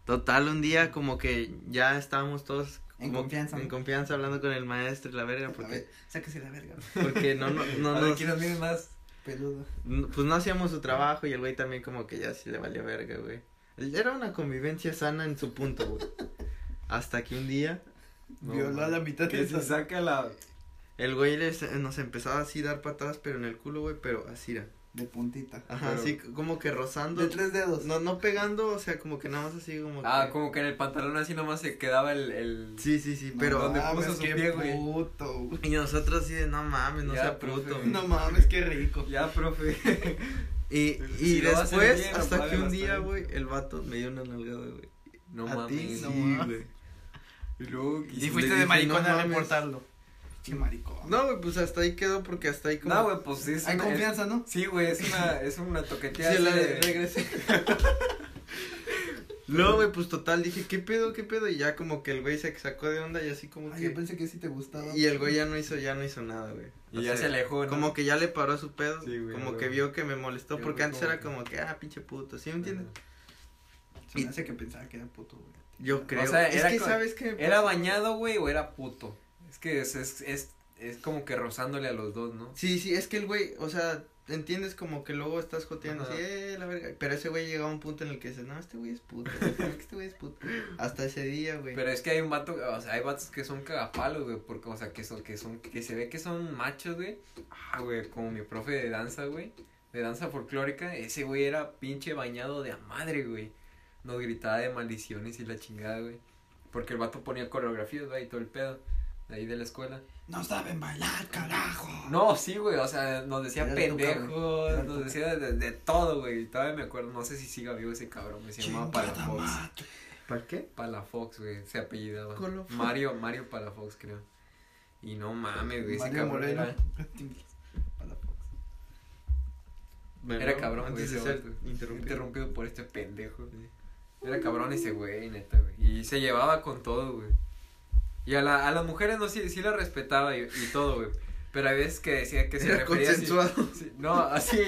C: Total, un día como que ya estábamos todos
B: En
C: como-
B: confianza,
C: en
B: ¿no?
C: confianza hablando con el maestro y la verga
B: A ver,
C: porque
B: Sáquese la verga,
C: porque no no no,
A: a ver
C: nos-
A: quién nos mide más.
B: peludo.
C: no- pues no hacíamos su trabajo y el güey también como que ya sí le valía verga, güey. Era una convivencia sana en su punto, güey. Hasta que un día
A: No,
B: Violó a la
A: man.
B: mitad de
A: Que se
B: eso.
A: saca la.
C: el güey les- eh, nos empezaba así a dar patadas pero en el culo, güey, pero así era.
B: De puntita.
C: Ajá,
A: Pero-
C: así como que rozando.
B: De tres dedos.
C: No, no pegando, o sea, como que nada más así como
A: Ah,
C: que-
A: como que en el pantalón así nomás se quedaba el. el...
C: Sí, sí, sí,
B: No
C: pero...
A: ¿dónde
B: mames,
A: puso su
B: qué
A: pie, güey?
B: puto, güey.
C: Y nosotros así de, no mames, no
A: Ya,
C: sea
A: profe,
C: puto.
A: güey.
B: No mames, qué rico.
A: Ya, profe.
C: Y, y
A: Si lo haces
C: después,
A: bien,
C: hasta que
A: apágalo
C: un
A: hasta
C: día,
A: ahí.
C: güey, el vato me dio una nalgada, güey.
A: No
B: A ti,
A: mames.
B: no
A: Sí.
B: mames.
A: Y luego, ¿qué
B: Y
A: hiciste?
B: fuiste
C: dije,
B: de maricón
C: "No
B: a
C: mames".
B: reportarlo. Che maricón.
C: No, güey, pues hasta ahí quedó porque hasta ahí como...
A: No, güey, pues sí. es
B: Hay
A: una-
B: confianza, ¿no?
A: es- Sí, güey, es una, es una toqueteada.
C: Se
A: así
C: la
A: de-
C: regresé. no, güey, pues total, dije, ¿qué pedo, qué pedo? Y ya como que el güey se sacó de onda y así como
B: Ay,
C: que...
B: yo pensé que sí te gustaba.
C: Y el güey ya no hizo, ya no hizo nada, güey.
A: Y
C: O
A: ya
C: sea,
A: se alejó, ¿no?
C: Como que ya le paró a su pedo,
A: Sí, güey,
C: como
A: güey.
C: que vio que me molestó,
A: Yo
C: porque
A: fue
C: antes
A: como
C: era
A: que-
C: como que, ah, pinche puto, ¿sí me entiendes?
B: Se me hace que pensaba que era puto, güey.
C: Yo creo.
A: sea,
C: es
A: era
C: que,
A: co-
C: ¿sabes qué? me
A: ¿Era
C: pasa?
A: bañado, güey, o era puto? Es que es, es, es, es como que rozándole a los dos, ¿no?
C: Sí, sí, es que el güey, o sea, entiendes como que luego estás joteando así,
A: Ajá.
C: eh, la verga. Pero ese güey llegaba a un punto en el que dices, no, este güey es puto, güey, creo que este güey es puto. Hasta ese día, güey.
A: Pero es que hay un vato, o sea, hay vatos que son cagapalos, güey, porque, o sea, que son, que son, que se ve que son machos, güey. Ah, güey, como mi profe de danza, güey, de danza folclórica, ese güey era pinche bañado de a madre, güey. Nos gritaba de maldiciones y la chingada, güey. Porque el vato ponía coreografías, güey, y todo el pedo, de ahí de la escuela.
B: No saben bailar, carajo.
A: No, sí, güey, o sea, nos decía
B: Era el Tuca, güey. Era
A: pendejos,
B: el
A: nos
B: Tuca.
A: decía de, de todo, güey, todavía me acuerdo, no sé si siga vivo ese cabrón, güey, se llamaba
B: Chingada
A: Palafox,
B: madre.
C: ¿Para qué?
A: Palafox, güey, se apellidaba,
C: Colo-
A: Mario, Mario Palafox, creo, y no mames, güey, ese
B: Mario
A: cabrón
B: Moreno.
A: era,
B: Palafox.
A: era cabrón, güey,
C: antes
A: ese
C: de ser
A: vato.
C: interrumpido.
A: interrumpido por este pendejo,
C: Sí.
A: era cabrón ese güey, neta, güey, y se llevaba con todo, güey, y a, la, a las mujeres, no, sí, sí las respetaba y, y todo, güey, pero hay veces que decía que se
C: Era
A: refería así-
C: consensuado.
A: Sí, no, así.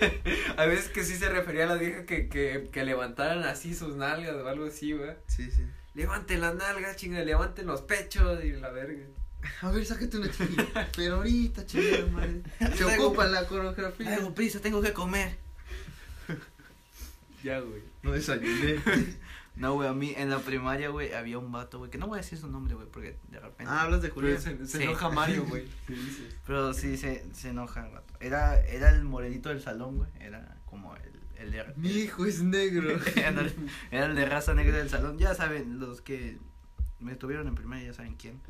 A: a veces que sí se refería a las viejas que, que, que levantaran así sus nalgas o algo así, güey.
C: Sí, sí.
A: Levanten las nalgas, chinga, levanten los pechos y la verga.
C: A ver, sácate una chingada. Pero ahorita, chingada madre. Se
B: Traigo-
C: ocupa la coreografía.
B: Tengo prisa, tengo que comer.
A: Ya, güey.
C: No desayuné.
B: No, güey, a mí en la primaria, güey, había un vato, güey, que no voy a decir su nombre, güey, porque de repente.
C: Ah, hablas de Julián.
A: Pero se, se
B: Sí.
A: enoja Mario, güey.
B: Pero sí, se, se enoja el vato. Era, era el morenito del salón, güey. Era como el, el de.
C: Mi hijo es negro.
B: Ándale, era el de raza negra del salón. Ya saben, los que me estuvieron en primaria ya saben quién.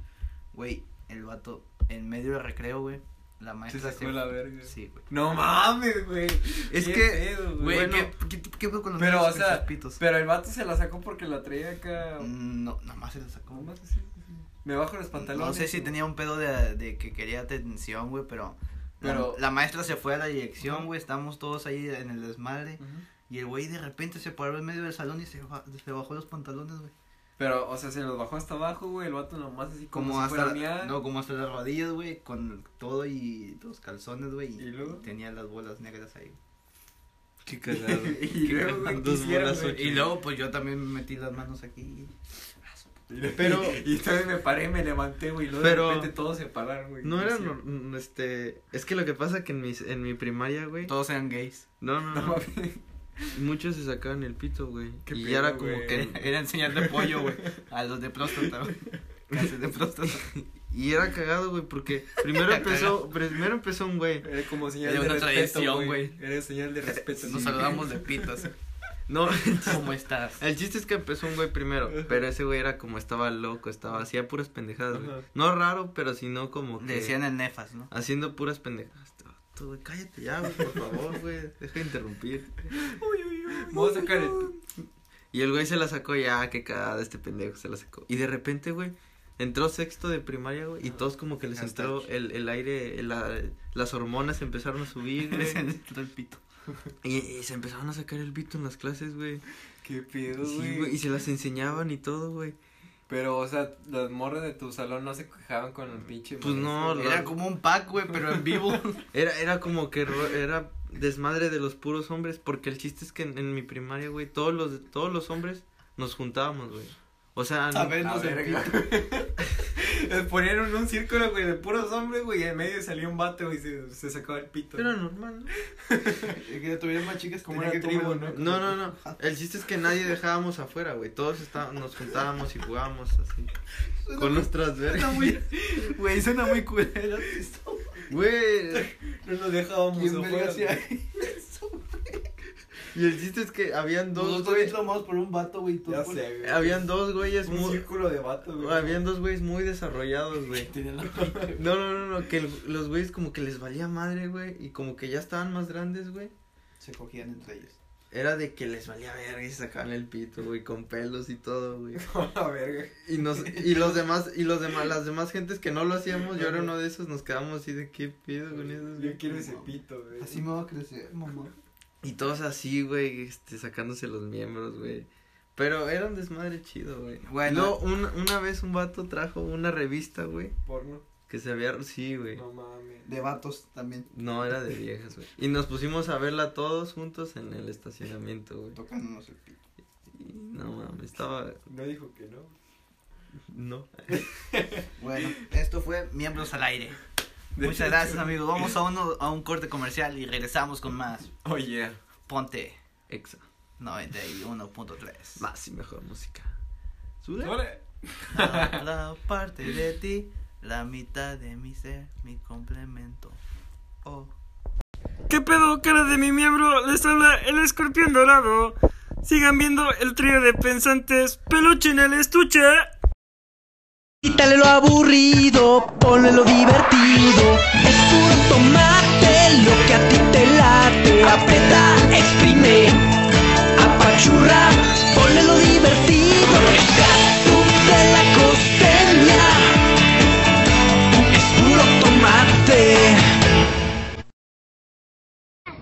B: Güey, el vato, en medio de recreo, güey. La
A: Se
B: maestra
A: sacó la verga.
B: Sí, güey.
A: No mames, güey.
C: Es
A: Qué
C: que,
A: pedo,
B: Güey,
A: Bueno,
B: ¿qué, qué, qué fue con los
A: pero,
B: niños
A: o
B: con
A: sea,
B: sus pitos?
A: Pero el vato se la sacó porque la traía acá.
B: Mm, No, nada más se la sacó.
A: ¿Cómo más así? Me bajo los pantalones.
B: No sé si
A: güey.
B: tenía un pedo de, de que quería atención, güey, pero, la-
A: Pero-
B: la, maestra se fue a la dirección, güey, estamos todos ahí en el desmadre
A: Ujú.
B: y el güey de repente se paró en medio del salón y se, ba- se bajó los pantalones, güey.
A: Pero, o sea, se los bajó hasta abajo, güey. El vato nomás así como,
B: Como
A: si fuera a
B: hasta,
A: mear.
B: no, como hasta las rodillas, güey, con todo y los calzones, güey, y,
A: ¿Y luego?
B: y tenía las bolas negras ahí.
C: Qué cagado.
A: Y luego, güey,
C: Dos
A: ¿qué hicieron,
C: bolas
A: güey?
C: ocho.
B: Y luego, pues yo también me metí las manos aquí.
C: Pero-
A: y entonces me paré, me levanté, güey. Y luego
C: Pero-
A: de repente todos se pararon, güey.
C: No era,
A: Sí.
C: nor- mm, este, es que lo que pasa que en mis, en mi primaria, güey,
B: Todos eran gays.
C: no,
A: No,
C: no, no,
A: mames.
C: muchos se sacaban el pito, güey,
A: Qué
C: y
A: pedo,
C: ya era como
A: güey.
C: que,
B: Era enseñarle pollo, güey, a los de próstata, güey. Cáncer de próstata.
C: y era cagado, güey, porque primero empezó, primero empezó un güey,
A: Era como señal
B: Era
A: de
B: una
A: respeto,
B: traición,
A: güey.
B: güey. Eh,
A: Era señal de respeto.
B: Nos
A: sí.
B: saludamos de pitos.
C: no,
B: ¿Cómo estás?
C: el chiste es que empezó un güey primero, pero ese güey era como, estaba loco, estaba, hacía puras pendejadas, güey,
A: Ajá.
C: no raro, pero sino como que,
B: Le decían el nefas, ¿no?
C: haciendo puras pendejadas, Este vato, güey, cállate ya, güey, por favor, güey, deja de interrumpir,
A: Vamos a sacar el.
C: Y el güey se la sacó ya, que cagada este pendejo se la sacó. Y de repente, güey, Entró sexto de primaria, güey, y todos como que les
A: Hashtag.
C: entró el, el aire, el- la- las hormonas empezaron a subir,
B: Les
C: güey.
B: entró el pito.
C: y, y se empezaron a sacar el pito en las clases, güey.
A: Qué pedo,
C: Sí, güey, y se las enseñaban y todo, güey.
A: Pero, o sea, las morras de tu salón no se quejaban con el pinche.
C: Pues no,
A: maestro,
C: la-
B: Era como un pack, güey, pero en vivo.
C: Era, era como que ro- era desmadre de los puros hombres, porque el chiste es que en, en mi primaria, güey, todos los, todos los hombres nos juntábamos, güey. O sea,
B: A
C: no-
B: ver,
A: A
B: no se
A: verga. Les ponían un círculo, güey, de puros hombres, güey, y en medio salía un vato, güey, y se, se sacaba el pito.
C: era normal,
B: Que tuvieran más chicas
A: Como
B: tenía
A: una
B: que
A: tribu,
B: comer,
A: ¿no?
C: ¿no? No, no, no. El chiste es que nadie dejábamos afuera, güey. Todos estábamos, nos juntábamos y jugábamos así. Con nuestras vergas.
B: Suena muy, güey, suena muy culero esto.
C: Güey.
A: No nos dejábamos
B: ¿Quién verga
A: afuera,
B: hacía
A: güey.
B: eso?
C: Y el chiste es que habían dos,
B: Nosotros bien
C: güeyes,
B: tomados por un vato, güey. tú
A: Ya
B: por-
A: sé, güey.
C: habían dos güeyes
A: un
C: muy,
A: círculo de vatos, güey.
C: habían dos güeyes muy desarrollados, güey.
B: Tenía la pica, güey.
C: No, no, no, no, que el- los güeyes como que les valía madre, güey, y como que ya estaban más grandes, güey.
B: Se cogían entre ellos.
C: Era de que les valía verga y se sacaban el pito, güey, con pelos y todo, güey.
A: A la verga.
C: Y nos, y los demás, y los demás, las demás gentes que no lo hacíamos, yo era uno de esos, nos quedamos así de qué pido con esos,
A: Yo
C: güey?"
A: quiero ese pito, güey.
B: Así me va a crecer, mamá.
C: Y todos así, güey, este, sacándose los miembros, güey. Pero era un desmadre chido, güey.
B: Bueno.
C: Luego, un- una vez un vato trajo una revista, güey,
A: Porno.
C: que se había, sí, güey.
A: No mames.
B: De vatos también.
C: No, era de viejas, güey. Y nos pusimos a verla todos juntos en el estacionamiento, güey.
B: Tocándonos el pito.
C: Y no mames, estaba.
A: No dijo que no.
C: No.
B: Bueno, esto fue Miembros al Aire. Muchas gracias, amigos. Vamos a, uno, a un corte comercial y regresamos con más.
A: Oh, yeah.
B: Ponte
C: Exa.
B: 91.3.
C: Más y mejor música. ¿Sule?
A: Órale.
B: Toda La parte de ti, la mitad de mi ser, mi complemento. Oh.
D: ¿Qué pedo, cara de mi miembro? Les habla el escorpión dorado. Sigan viendo el trío de pensantes. Peluche en el estuche.
E: Quítale lo aburrido, ponle lo divertido. Es puro tomate lo que a ti te late. Aprieta, exprime, apachurra, ponle lo divertido. Gato de la costeña. Es puro tomate.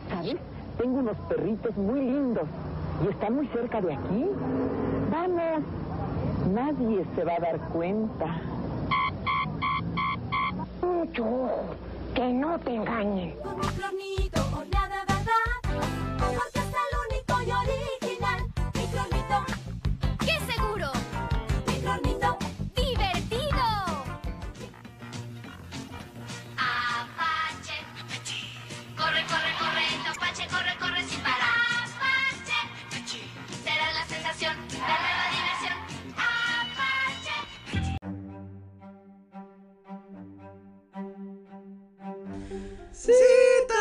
F: ¿Sabes? Tengo unos perritos muy lindos y están muy cerca de aquí. Vamos, nadie se va a dar cuenta. Mucho ojo, que no te engañen.
G: Como un clonito, o nada verdad, porque es el único y original. Mi clonito, ¡qué seguro! Mi clonito, divertido. Apache, corre, corre, corre, Apache, corre, corre sin parar. Apache, será la sensación, la nueva diversión. Apache.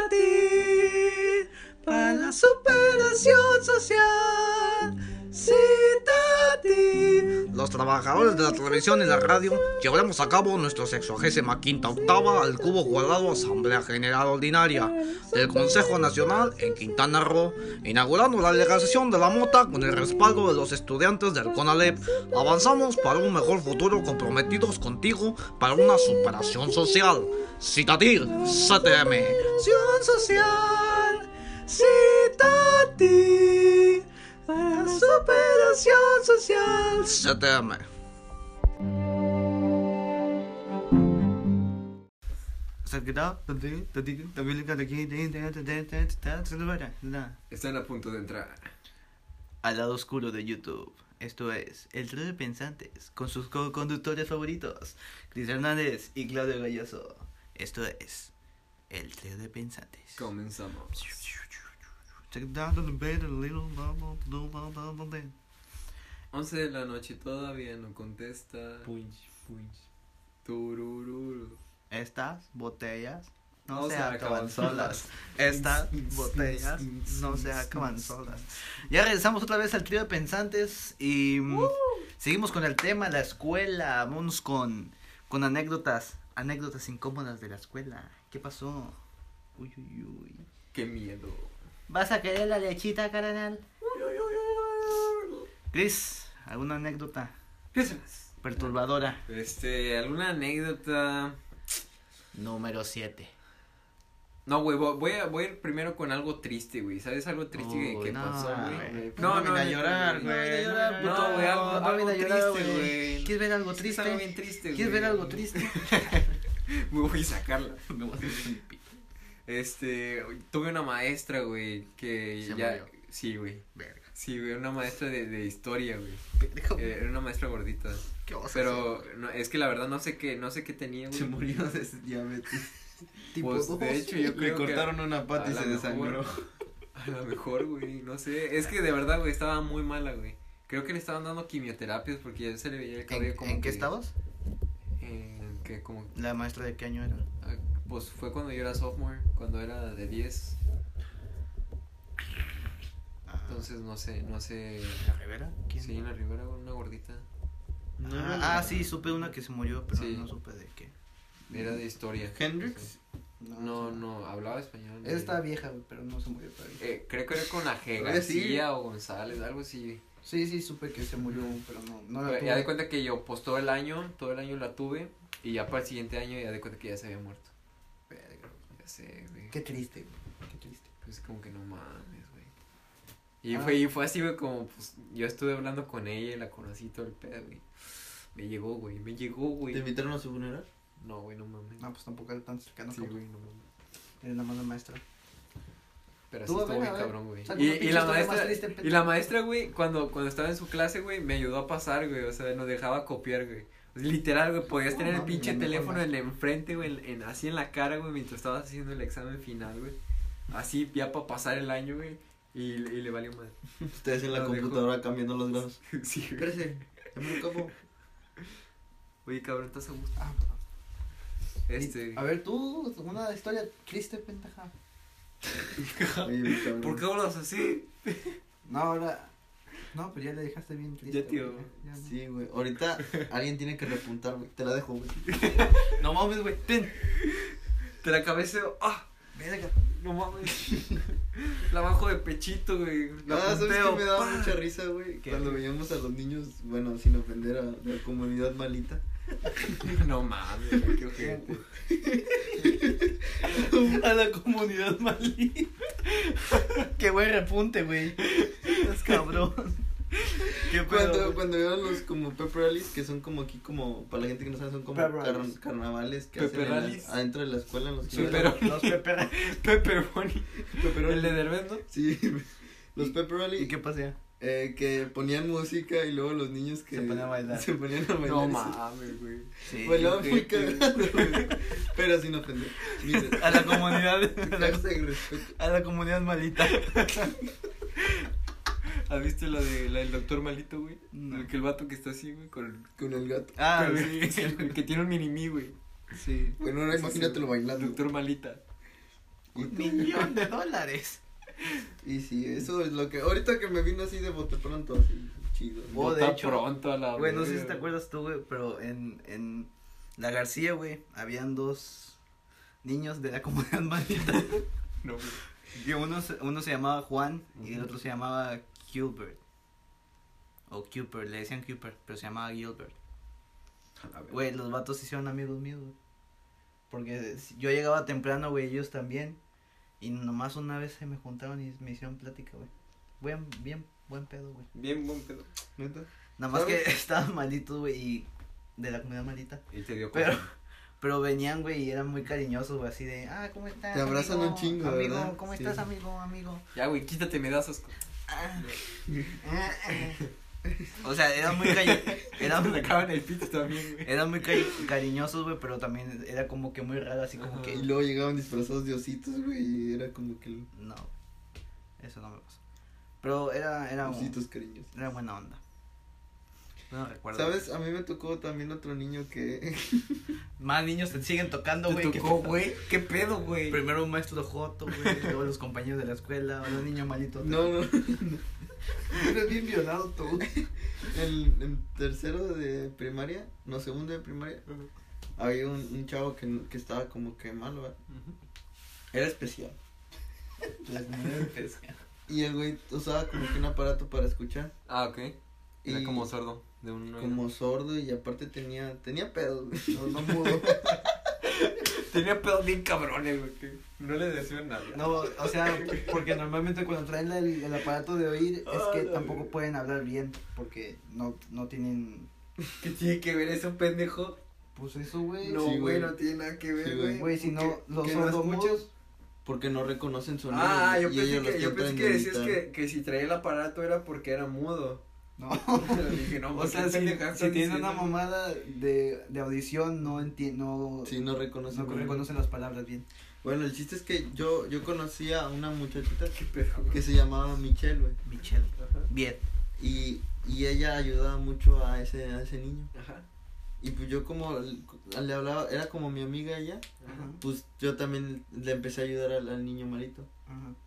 E: Cítate para la superación social. Cítate.
H: Los trabajadores de la televisión y la radio llevaremos a cabo nuestra sexagésima quinta octava al cubo cuadrado Asamblea General Ordinaria del Consejo Nacional en Quintana Roo, inaugurando la legalización de la mota con el respaldo de los estudiantes del CONALEP. Avanzamos para un mejor futuro comprometidos contigo para una superación social. Citatir, CTM. Acción social, citatir, para superación social, CTM.
A: Están a punto de entrar.
B: Al lado oscuro de YouTube. Esto es El Trío de Pensantes con sus co-conductores favoritos, Cris Hernández y Claudio Galloso. Esto es El Trío de Pensantes.
A: Comenzamos. Once de la noche todavía no contesta.
C: Punch, punch.
A: Turururu.
B: Estas botellas
A: No
B: no se
A: se
B: acaban
A: acaban
B: solas. Estas botellas no se acaban solas. Ya regresamos otra vez al trío de pensantes y mm, seguimos con el tema la escuela. Vamos con, con anécdotas, anécdotas incómodas de la escuela. ¿Qué pasó? Uy, uy, uy.
A: Qué miedo.
B: ¿Vas a querer la lechita, carnal? Chris, ¿alguna anécdota?
A: Piénsalas.
B: Perturbadora.
A: Este, alguna anécdota.
B: Número 7.
A: No, güey, vo- voy a, voy a ir primero con algo triste, güey. ¿Sabes algo triste que,
B: Uy,
A: que
B: no,
A: pasó,
B: güey. Pues,
A: güey?
C: No, no, a llorar,
A: no,
C: güey.
A: No, güey, algo,
B: No,
A: algo
B: mira, llorar,
A: triste,
B: güey.
A: güey.
B: ¿Quieres ver algo
A: Es que es
B: triste?
A: algo bien triste, güey.
B: ¿Quieres ver algo triste?
A: Me voy a sacarla.
B: Me voy a hacer un pi-
A: Este, tuve una maestra, güey, que
B: Se
A: ya.
B: murió.
A: Sí, güey.
B: Verga.
A: Sí, güey, una maestra de, de historia, güey.
B: Pendejo,
A: Eh, Era una maestra gordita.
B: ¿qué vas a
A: Pero no, es que la verdad no sé qué, no sé qué tenía, güey.
C: Se murió de ese diabetes.
B: hacer? Tipo
A: pues,
B: dos.
A: de hecho, yo
C: Le
A: creo que-
C: cortaron una pata
A: a
C: y
A: la
C: se
A: mejor-
C: desangró.
A: A lo mejor, güey, no sé. Es que de verdad, güey, estaba muy mala, güey. Creo que le estaban dando quimioterapias porque ya se le veía el cabello
B: ¿En,
A: como
B: en
A: que-
B: qué estabas?
A: En que como...
B: La maestra de qué año era.
A: ah, Pues fue cuando yo era sophomore, cuando era de 10.
B: Ah,
A: Entonces, no sé, no sé...
B: ¿La Rivera? ¿Quién?
A: Sí, en la Rivera, una gordita.
B: Ah, ah, sí, supe una que se murió, pero
A: Sí.
B: no supe de qué.
A: Era de historia.
C: Hendrix.
A: No,
B: sé.
A: no, hablaba español.
B: Esa estaba vieja, güey, pero no se murió todavía.
A: Eh, creo que era con Aje
C: Oye, sí.
A: García o González, algo así.
B: Sí, sí, supe que se murió, pero no, no la
A: Pero
B: tuve.
A: Eh, ya de cuenta que yo, pues todo el año, todo el año la tuve. Y ya para el siguiente año ya de cuenta que ya se había muerto. Verga, ya sé, güey.
B: Qué triste, güey, qué triste.
A: Pues como que no mames, güey. Y,
B: Ah.
A: fue, y fue así, güey, como pues yo estuve hablando con ella y la conocí todo el pedo, güey. Me llegó, güey, me llegó,
C: ¿Te
A: güey.
C: invitaron a su funeral?
A: No, güey, no mames.
B: No, pues tampoco era tan cercano
A: sí,
B: como
A: güey, no mames.
B: era la mala maestra.
A: Pero
B: Tú,
A: sí
B: a
A: estuvo
B: ver,
A: bien
B: a ver,
A: cabrón, güey.
B: saca
A: Y,
B: una
A: y
B: pinche
A: la
B: historia más
A: maestra,
B: triste,
A: y
B: pendejo.
A: la maestra, güey, cuando, cuando estaba en su clase, güey, me ayudó a pasar, güey. O sea, nos dejaba copiar, güey. O sea, literal, güey, podías
B: No
A: tener el
B: mames,
A: pinche
B: la mejor
A: teléfono en enfrente, güey, en, en- así en la cara, güey, mientras estabas haciendo el examen final, güey. Así, ya para pasar el año, güey. Y, y le valió madre.
C: Ustedes en la
A: Lo dejo.
C: computadora cambiando los grados.
A: Sí, güey.
C: Espérese, me capo.
A: Oye, cabrón, estás a gusto.
B: Ah, perdón.
A: Este.
B: A ver, tú, una historia triste, pendeja.
A: ¿Por qué hablas así?
B: No, ahora. No, pero ya la dejaste bien triste.
A: Ya, tío.
B: güey, ya, ya no.
C: Sí, güey. Ahorita alguien tiene que repuntar, güey. Te la dejo, güey.
A: No mames, güey. Ten. Te la cabeceo. ¡Ah!
B: Verga.
A: No mames. La bajo de pechito, güey. La
C: Ah, ¿sabes
A: punteo,
C: que me daba
A: ¡pa!
C: mucha risa, güey?
A: ¿Qué?
C: Cuando veíamos a los niños, bueno, sin ofender a la comunidad malita.
A: No mames, güey, qué ojete.
C: Ah,
B: A la comunidad malí. qué buen repunte, güey. Estás cabrón. qué
C: Cuando, cuando veo a los como Pepper Rallies, que son como aquí, como, para la gente que no sabe, son como
B: Pepper
C: car-
B: rallies.
C: carnavales que
A: Pepper
C: hacen en la-
A: rallies.
C: adentro de la escuela. En los
A: Sí,
C: que-
A: pero-
B: Los peperas.
A: Pepe Bunny.
C: Pepper
A: El de
C: rallies.
A: Derbez, ¿no?
C: Sí, los Pepper Rallies.
B: ¿Y qué pasea?
C: eh, que ponían música y luego los niños que
B: Se ponían a bailar.
C: se ponían a bailar.
A: No
C: Sí.
A: mames, güey.
B: Sí.
C: Bailaba muy
A: ojete.
C: cagado, güey. Pero sin ofender. Miren,
B: A la comunidad. a la-
C: hashtag respeto.
B: A la comunidad malita.
A: ¿Has visto la de la del doctor malito, güey?
B: No.
A: El que el vato que está así, güey, con el.
C: Con el gato.
B: Ah,
A: con
B: sí.
A: el- el que tiene un mini güey.
B: Sí.
C: Bueno, ahora imagínatelo bailando.
A: Doctor malita.
C: Y
B: Un
C: tú.
B: millón de dólares.
C: Y sí, eso es lo que. Ahorita que me vino así de bote pronto, así, chido.
B: Oh, de
A: Bota
B: hecho,
A: pronto a la
B: Güey, no sé
A: verga,
B: si te acuerdas tú, güey, pero en, en La García, güey, habían dos niños de la comunidad maldita.
A: No, güey.
B: que uno, se- uno se llamaba Juan y el otro se llamaba Gilbert. O Cooper, le decían Cooper, pero se llamaba Gilbert. Güey, los vatos se hicieron amigos míos, güey. Porque si- yo llegaba temprano, güey, ellos también. Y nomás una vez se me juntaron y me hicieron plática, güey. Buen, bien, buen pedo, güey.
A: Bien buen pedo.
C: ¿Neta?
B: Nada más que
C: ¿Sabes?
B: estaban malitos, güey, y de la comunidad malita.
A: Y te dio
B: Pero, pero venían, güey, y eran muy cariñosos, güey, así de, ah, ¿cómo estás?
C: Te abrazan
B: amigo?
C: un chingo,
B: Amigo,
C: ¿verdad?
B: ¿cómo
C: Sí.
B: estás, amigo, amigo? Ah,
A: Ya, güey, quítate, me das asco.
B: O sea, eran muy, cari-
A: Ya
B: eran,
A: me acaban el pito también, güey.
B: eran muy cari- cariñosos, güey, pero también era como que muy raro, así como
A: Ajá.
B: que,
C: Y luego llegaban disfrazados de ositos, güey. Y era como que los
B: no, eso no me pasó. Pero era, era,
C: ositos cariñosos.
B: era buena onda. No recuerdo.
C: ¿Sabes? A mí me tocó también otro niño que.
B: Más niños te siguen tocando,
A: Te
B: güey. que-
A: tocó, güey. ¿Qué pedo, güey?
B: Primero un maestro joto, güey, luego los compañeros de la escuela, un niño malito.
C: no, no.
B: eres bien violado tú.
C: El, en tercero de primaria, no, segundo de primaria, había un, un chavo que, que estaba como que malo, ¿verdad? Era especial.
B: La comunidad especial.
C: Y el güey usaba como que un aparato para escuchar.
A: Ah, ok. Era
C: Y-
A: como sordo. De un oído.
C: Como sordo y aparte tenía, tenía pedos, güey. No, no mudo.
A: Tenía pedos bien cabrones, güey. que No le decían nada.
B: No, o sea, porque normalmente cuando traen el, el aparato de oír es que tampoco pueden hablar bien porque no, no tienen...
A: ¿Qué tiene que ver eso, pendejo?
B: Pues eso, güey.
A: No,
C: Sí,
A: güey,
C: güey.
A: no tiene nada que
C: Sí,
A: ver,
C: güey.
A: güey.
B: Güey, si no,
A: Que-
B: los
A: que no escuchas.
B: sordomudos...
C: Porque no reconocen sonidos.
A: Ah, yo
C: y
A: pensé
C: ellos los
A: que, yo pensé
C: tratan
A: que
C: de
A: decías
C: imitar.
A: que, que si traía el aparato era porque era mudo.
B: No.
A: dije, no,
B: O
A: pues,
B: sea,
A: qué
B: si,
A: pendejadas
B: si
A: están
B: tienes una
A: diciendo.
B: mamada de, de audición, no entiendo...
C: Sí, no reconocen.
B: No reconocen las palabras bien.
C: Bueno, el chiste es que yo, yo conocí a una muchachita
A: Qué pedo, güey.
C: que se llamaba Michelle, güey.
B: Michelle.
A: Ajá.
B: Bien.
C: Y, y ella ayudaba mucho a ese, a ese niño.
A: Ajá.
C: Y pues yo como l- le hablaba, era como mi amiga ella,
A: Ajá.
C: pues yo también le empecé a ayudar al, al niño malito.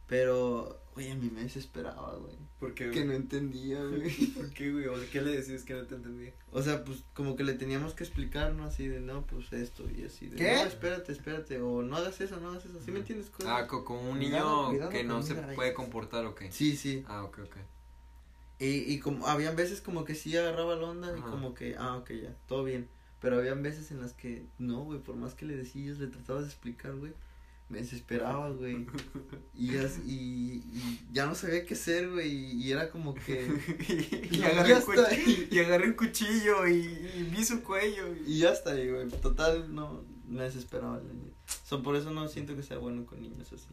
C: Pero, güey, a mí me desesperaba, güey.
A: ¿Por qué,
C: Que
A: güey?
C: no entendía, güey.
A: ¿Por qué, güey? O sea, ¿qué le decías que no te entendía?
C: O sea, pues como que le teníamos que explicar, ¿no? Así de, no, pues esto y así. De,
B: ¿Qué?
C: No, espérate, espérate. O no hagas eso, no hagas eso. ¿Sí me
A: Ah,
C: entiendes? Cosas?
A: co- como un niño
B: Cuidado, cuidado
A: que
B: con
A: no
B: mis
A: se
B: rayas.
A: puede comportar o qué.
C: sí, sí.
A: Ah, ok, ok.
C: Y, y como, habían veces como que sí agarraba la onda y
A: Ajá.
C: como que, ah, ok, ya, todo bien. Pero habían veces en las que, no, güey, por más que le decías, le tratabas de explicar, güey, me desesperaba, güey. Y, as- y, y ya no sabía qué hacer, güey, y, era como que...
A: y,
C: No,
A: agarré
C: ya
A: un
C: está.
A: cuchi- y agarré un cuchillo y, y vi su cuello. y-
C: Y ya está, ahí, güey, total, no, me desesperaba la niña. So, por eso no siento que sea bueno con niños así.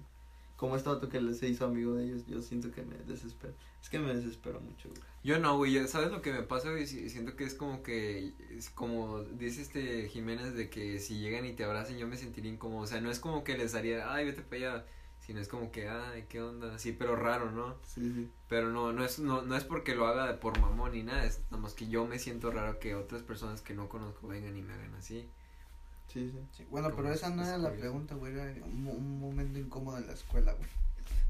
C: Como este vato que le- se hizo amigo de ellos, yo siento que me desespera. Es que me desespero mucho, güey.
A: Yo no, güey, ya ¿sabes lo que me pasa, güey? Si- Siento que es como que, es como dice este Jiménez, de que si llegan y te abrazan yo me sentiría incómodo, o sea, no es como que les haría, ay, vete para allá, sino es como que, ay, qué onda, así, pero raro, ¿no?
C: Sí, sí.
A: Pero no, no es, no, no es porque lo haga de por mamón ni nada, es nada más que yo me siento raro que otras personas que no conozco vengan y me hagan así.
C: Sí, sí.
B: Sí, bueno, pero
A: Como
B: esa no
A: es
B: era la
A: curioso.
B: pregunta, güey. Era un, mo- un momento incómodo en la escuela, güey.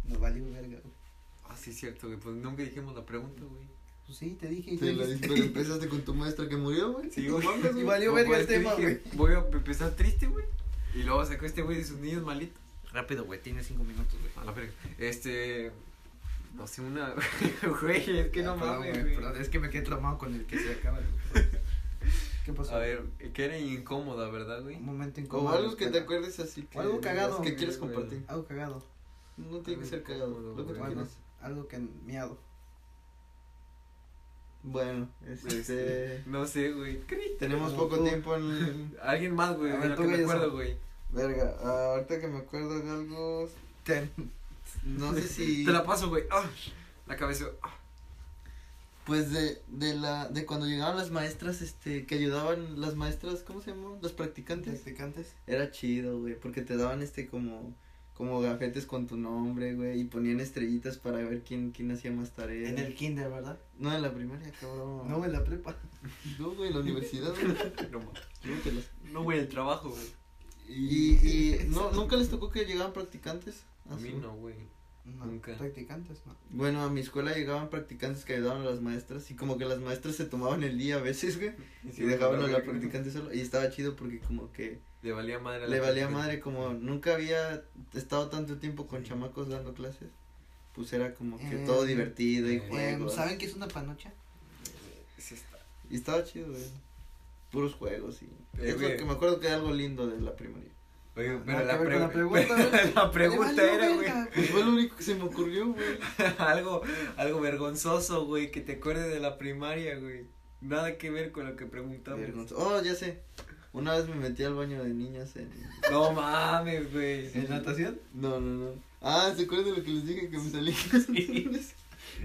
B: Nos valió verga, güey.
A: Ah, sí, es cierto, güey, pues nunca dijimos la pregunta, güey.
B: Pues sí, te dije. y
C: Te
B: tú
C: lo
B: dijiste.
C: pero empezaste con tu maestra que murió, güey.
A: Sí,
C: No
A: güey.
C: mames,
B: Y valió
A: No,
B: verga
A: pues,
B: el
A: que
B: tema,
A: dije, Voy a empezar triste, güey, y luego sacó este güey de sus niños malitos.
B: Rápido, güey. Tienes cinco minutos, güey.
A: A la verga. Este. No sé, una. Güey, es que
B: Ah,
A: no
B: perdón,
A: mames,
B: güey,
A: güey.
B: perdón, es que me quedé traumado con el que se acaba. güey. ¿Qué pasó?
A: A ver, que era incómoda, ¿verdad, güey?
B: Un momento incómodo.
C: O
B: en la
C: algo que te
B: escuela.
C: acuerdes así. Que
B: O algo cagado,
C: digas Que
B: güey,
C: quieres
A: güey.
C: compartir.
B: Algo cagado.
C: No tiene que ser cagado. Lo que tú
B: Bueno,
C: quieras.
B: algo que miado.
C: Bueno, este.
A: No sé, güey. Cri.
C: Tenemos
B: Como
C: poco
B: tú.
C: tiempo en.
A: Alguien más, güey.
B: A
A: de
B: ver,
A: lo
B: tú,
A: que me
B: güey,
A: acuerdo,
B: eso.
A: güey.
C: Verga, ah, ahorita que me acuerdo de algo.
B: Ten.
C: No sé si.
A: Te la paso, güey. Ah, la cabeza.
C: Pues de, de la. De cuando llegaban las maestras, este. Que ayudaban las maestras, ¿cómo se llaman? Los practicantes.
B: Practicantes.
C: Era chido, güey, porque te daban este como como gafetes con tu nombre, güey, y ponían estrellitas para ver quién quién hacía más tareas.
B: En el kinder, ¿verdad?
C: No, en la primaria, cabrón.
B: No, en la prepa.
C: No, güey, en la universidad, güey.
A: No, ma-
C: Creo que las-
A: no, güey, el trabajo, güey.
C: Y, y no, nunca les tocó que llegaban practicantes.
A: A mí
C: su-
A: no, güey.
B: No,
A: Nunca.
B: Practicantes, no.
C: Bueno, a mi escuela llegaban practicantes que ayudaban a las maestras y como que las maestras se tomaban el día a veces, güey, y dejaban a la practicante solo y estaba chido porque como que
A: Le valía madre a la
C: le valía
A: practicante.
C: madre como nunca había estado tanto tiempo con chamacos dando clases. Pues era como
B: Eh,
C: que todo divertido y
A: eh,
C: juegos.
B: Em, ¿Saben qué es una panocha?
A: Sí está.
C: Y estaba chido, güey. Puros juegos y
A: Eh,
C: es lo
A: güey.
C: que me acuerdo que era algo lindo de la primaria.
A: Oye,
B: No,
A: pero
B: nada
A: la,
B: que ver con la
A: pregunta.
B: pregunta, güey.
A: la pregunta era,
B: Le valió
A: güey.
B: verga,
C: Pues fue lo único que se me ocurrió, güey.
A: algo, algo vergonzoso, güey, que te acuerdes de la primaria, güey. Nada que ver con lo que preguntamos.
C: Vergonzo- Oh, ya sé. Una vez me metí al baño de niñas en...
A: No mames, güey.
B: ¿En natación?
C: No, no, no. Ah, ¿se acuerdan de lo que les dije que me salí?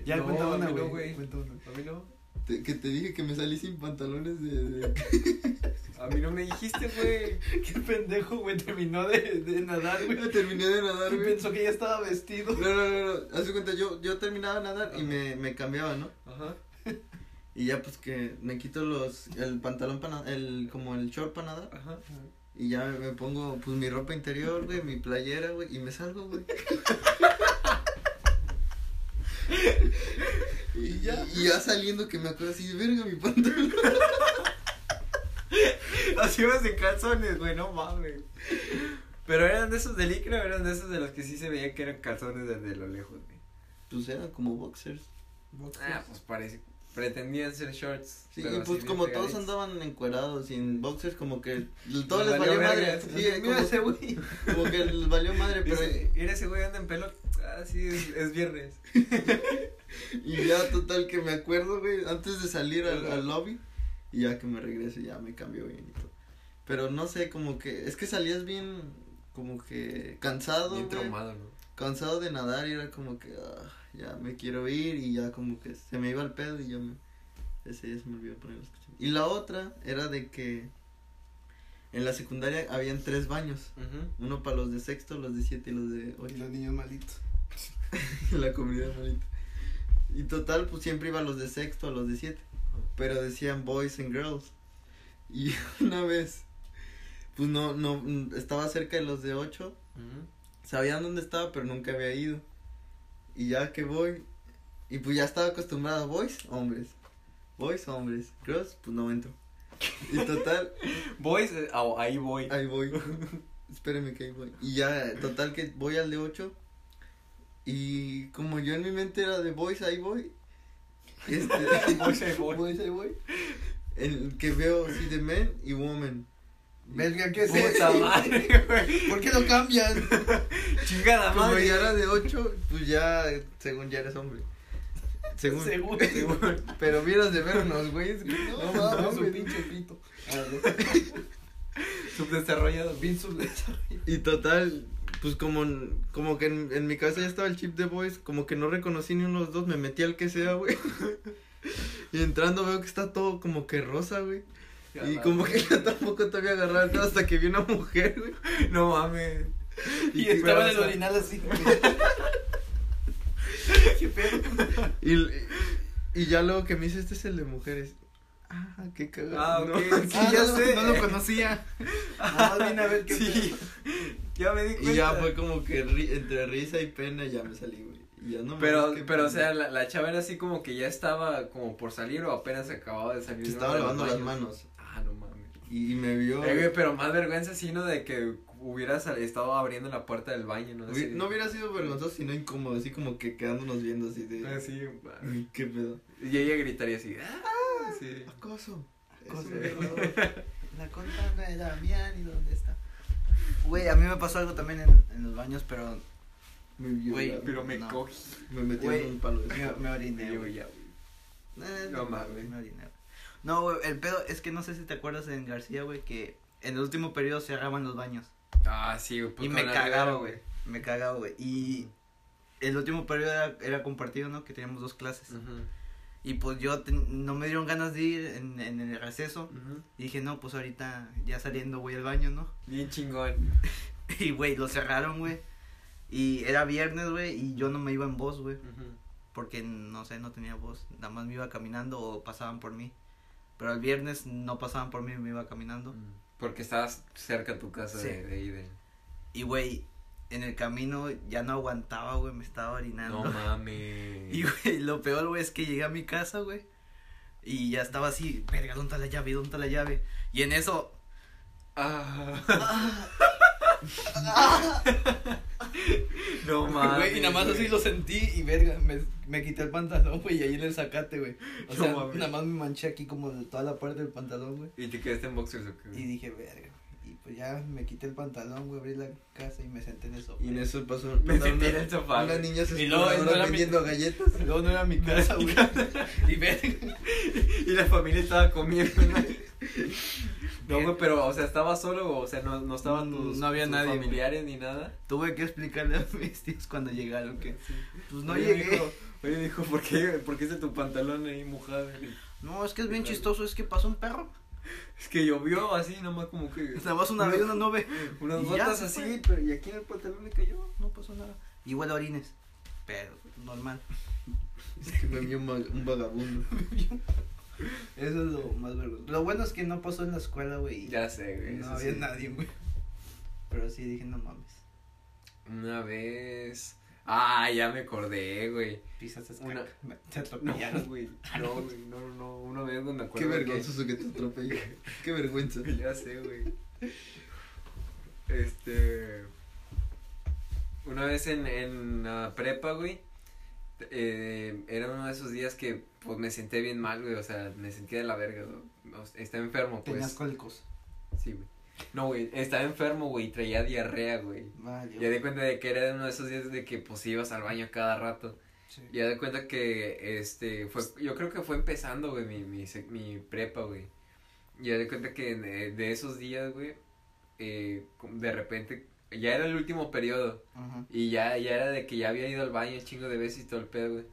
B: Ya
A: No,
B: cuenta
A: a
B: una,
A: mí no, güey.
B: güey. Cuenta una.
A: A mí no.
C: Te- que te dije que me salí sin pantalones de... de-
A: A mí no me dijiste, güey.
B: Qué pendejo, güey, terminó de, de nadar, güey.
C: Terminé de nadar,
B: Y
C: güey.
B: pensó que ya estaba vestido.
C: No, no, no, no. Haz de cuenta, yo, yo terminaba de nadar y me, me cambiaba, ¿no?
A: Ajá.
C: Y ya pues que me quito los... El pantalón para nadar, el, como el short para nadar.
A: Ajá.
C: Y ya me, me pongo pues mi ropa interior, güey, mi playera, güey, y me salgo, güey. y ya. Y ya saliendo que me acuerdo así, verga, mi pantalón.
A: Así ibas en calzones, güey, no mames. Pero eran de esos de licra, o eran de esos de los que sí se veía que eran calzones desde lo lejos, güey.
C: Pues eran como boxers.
A: Ah, pues parece. pretendían ser shorts.
C: Sí,
A: pero
C: y pues
A: así
C: como
A: bien
C: todos
A: pegaditos.
C: andaban encuerados y en boxers, como que todo
A: Les valió
C: les valió
A: verga.
C: madre. Sí,
A: Mira
C: como,
A: ese güey.
C: como que les valió madre, pero.
A: Dice, Mira ese güey anda en pelo. Ah, sí, es, es viernes.
C: Y ya, total, que me acuerdo, güey, antes de salir al, al lobby, y ya que me regreso, ya me cambió bien y todo. Pero no sé, como que, es que salías bien, como que, cansado,
A: Bien
C: güey,
A: traumado, ¿no?
C: cansado de nadar, y era como que, ah, ya me quiero ir, y ya como que se me iba el pedo, y ya me, ese día se me olvidó poner los calcetines. Y la otra era de que en la secundaria habían tres baños, uno para los de sexto, los de siete y los de
I: Y
C: ocho.
I: los niños malitos.
C: En la comunidad malita. Y total, pues siempre iba a los de sexto, a los de siete. Pero decían boys and girls. Y una vez, pues no, no, mm, estaba cerca de los de ocho. Sabían dónde estaba, pero nunca había ido. Y ya que voy, y pues ya estaba acostumbrado a boys, hombres. Boys, hombres. Girls, pues no entro. Y total,
A: Boys, eh, ah, ahí voy.
C: Ahí voy. Espérame que ahí voy. Y ya, total que voy al de 8. Y como yo en mi mente era de boys, ahí voy. Este,
A: Boys, ahí voy.
C: Boys, ahí voy. El que veo así de men y woman.
I: Verga, ¿qué es
A: Puta
I: eso?
A: madre, güey.
I: ¿Por qué lo cambian?
A: Chingada
C: Como
A: madre.
C: ya era de 8, pues ya, según ya eres hombre. Según.
A: Según, según.
C: Pero vieras de vernos, güey. No,
A: No,
C: mames.
A: su pinche pito.
C: Ah,
A: Subdesarrollado, bien subdesarrollado.
C: Y total, pues como, en- como que en, en mi cabeza ya estaba el chip de boys, como que no reconocí ni uno de los dos, me metí al que sea, güey. Y entrando veo que está todo como que rosa, güey. Y como que yo tampoco te había agarrado nada hasta que vi una mujer, güey.
A: No mames.
C: Y que-
A: estaba en el
I: orinal así.
A: ¿Qué pedo?
C: Y, y ya luego que me dice, este es el de mujeres. Ah, qué cagado.
A: Ah, ok.
C: No.
A: Sí, ya sé. Ah,
B: No lo conocía.
I: Nomás
C: "Ah,
I: vine a ver qué
A: Sí. Ya me di cuenta.
C: Y ya fue como que ri- entre risa y pena ya me salí, güey. Y ya no
A: Pero,
C: mames, qué
A: pero, o
C: pena.
A: sea, la, la chava era así como que ya estaba como por salir o apenas acababa de salir.
C: Se
A: ¿no?
C: estaba
A: de los
C: lavando
A: baños.
C: las manos.
A: Ah, no mames.
C: Y, y me vio.
A: Eh, güey, pero más vergüenza sino de que hubieras al- estado abriendo la puerta del baño, ¿no?
C: Hubi-
A: Así-
C: No hubiera sido vergonzoso, sino incómodo, así como que quedándonos viendo así de...
A: Ah, sí, ma-
C: Ay, qué pedo.
A: Y ella gritaría así. "Ah", sí.
C: Acoso.
A: Acoso.
B: La conta de Damián y dónde está. Güey, a mí me pasó algo también en, en los baños, pero
C: Me vio.
B: Güey,
C: la-
A: Pero me
B: No.
A: cogí.
C: Me metió
B: güey,
C: en un palo de
B: me, me
A: Y
B: oriné,
A: yo,
B: güey.
A: ya, güey.
C: Eh,
A: No mames.
B: Me oriné. No, güey, el pedo es que no sé si te acuerdas en García, güey, que en el último periodo cerraban los baños.
A: Ah, sí, güey.
B: Y
A: puto,
B: me
A: la
B: cagaba,
A: regadera,
B: güey. Me cagaba, güey. Y el último periodo era, era compartido, ¿no? Que teníamos dos clases.
A: Ujú,
B: Y pues yo ten- no me dieron ganas de ir en, en el receso.
A: ujú.
B: Y dije, no, pues ahorita ya saliendo voy al baño, ¿no?
A: Bien chingón.
B: Y, güey, lo cerraron, güey. Y era viernes, güey, y yo no me iba en voz, güey.
A: Ujú.
B: Porque, no sé, no tenía voz. Nada más me iba caminando o pasaban por mí. Pero el viernes no pasaban por mí, me iba caminando.
A: Porque estabas cerca a tu casa
B: Sí.
A: de, de ahí de.
B: Y, güey, en el camino ya no aguantaba, güey, me estaba
A: No
B: orinando.
A: mames.
B: Y, güey, lo peor, güey, es que llegué a mi casa, güey. Y ya estaba así, verga, ¿dónde está la llave? ¿Dónde está la llave? Y en eso,
A: Ah. no mames.
B: güey, y nada más así lo sentí y verga, me, me quité el pantalón, güey, y ahí en el sacate, güey. O
A: No
B: sea,
A: mames.
B: nada más me manché aquí como de toda la parte del pantalón, güey.
A: ¿Y te quedaste en boxers o qué?
B: Y dije, verga. Y pues ya me quité el pantalón, güey, abrí la casa y me senté en eso.
C: Y en eso pasó
A: Me
C: pasaron
A: senté en
C: una-
A: el sofá,
C: Una
A: güey.
C: niña se
B: Y luego,
C: estaba
B: no era mi-
C: vendiendo galletas.
B: Luego no era mi casa, güey. y verga.
A: Y la familia estaba comiendo. No, güey, pero, o sea, ¿estaba solo? O sea, ¿no, no estaban
B: Mm,
A: tus,
B: no había
A: tus
B: nadie, güey.
A: familiares ni nada?
B: Tuve que explicarle a mis tíos cuando llegaron que pues no
A: Oye,
B: llegué.
A: dijo- oye, dijo, ¿por qué, ¿por qué está tu pantalón ahí mojado?
B: No, es que es bien chistoso, es que pasó un perro.
A: Es que llovió así, nomás como que
B: Nada más una vez una nube.
A: unas
B: Y ya
A: gotas
B: se
A: así,
B: fue.
A: pero y aquí en el pantalón me cayó.
B: No pasó nada. Igual orines. Pero normal.
C: Es que me vio un, va- un vagabundo.
B: Eso es lo más vergonzoso. Lo bueno es que no pasó en la escuela, güey. y
A: Ya sé, güey.
B: No
A: eso
B: había
A: sí.
B: nadie, güey. Pero sí dije, no mames.
A: Una vez. Ah, ya me acordé, güey.
B: Pisas es
A: Una-
B: caca, me- Te
A: No, pues.
B: atropellaron.
A: güey. No, güey. No, no, no. Una vez no me
C: Qué
A: acuerdo. que-
C: vergonzoso que te atropelló. Qué vergüenza.
A: Ya sé, güey. Este. Una vez en, en la prepa, güey. eh, era uno de esos días que pues me senté bien mal, güey, o sea, me sentía de la verga, ¿no? O sea, estaba enfermo, pues.
I: Tenías cólicos.
A: Sí, güey. No, güey, estaba enfermo, güey, y traía diarrea, güey.
I: Vaya.
A: Ya di cuenta de que era uno de esos días de que pues ibas al baño cada rato.
I: Sí.
A: Ya de cuenta que, este, fue, yo creo que fue empezando, güey, mi, mi, sec- mi prepa, güey. Ya de cuenta que de, de esos días, güey, eh, com- de repente, ya era el último periodo.
I: Ajá.
A: Y ya, ya era de que ya había ido al baño un chingo de veces y todo el pedo, güey.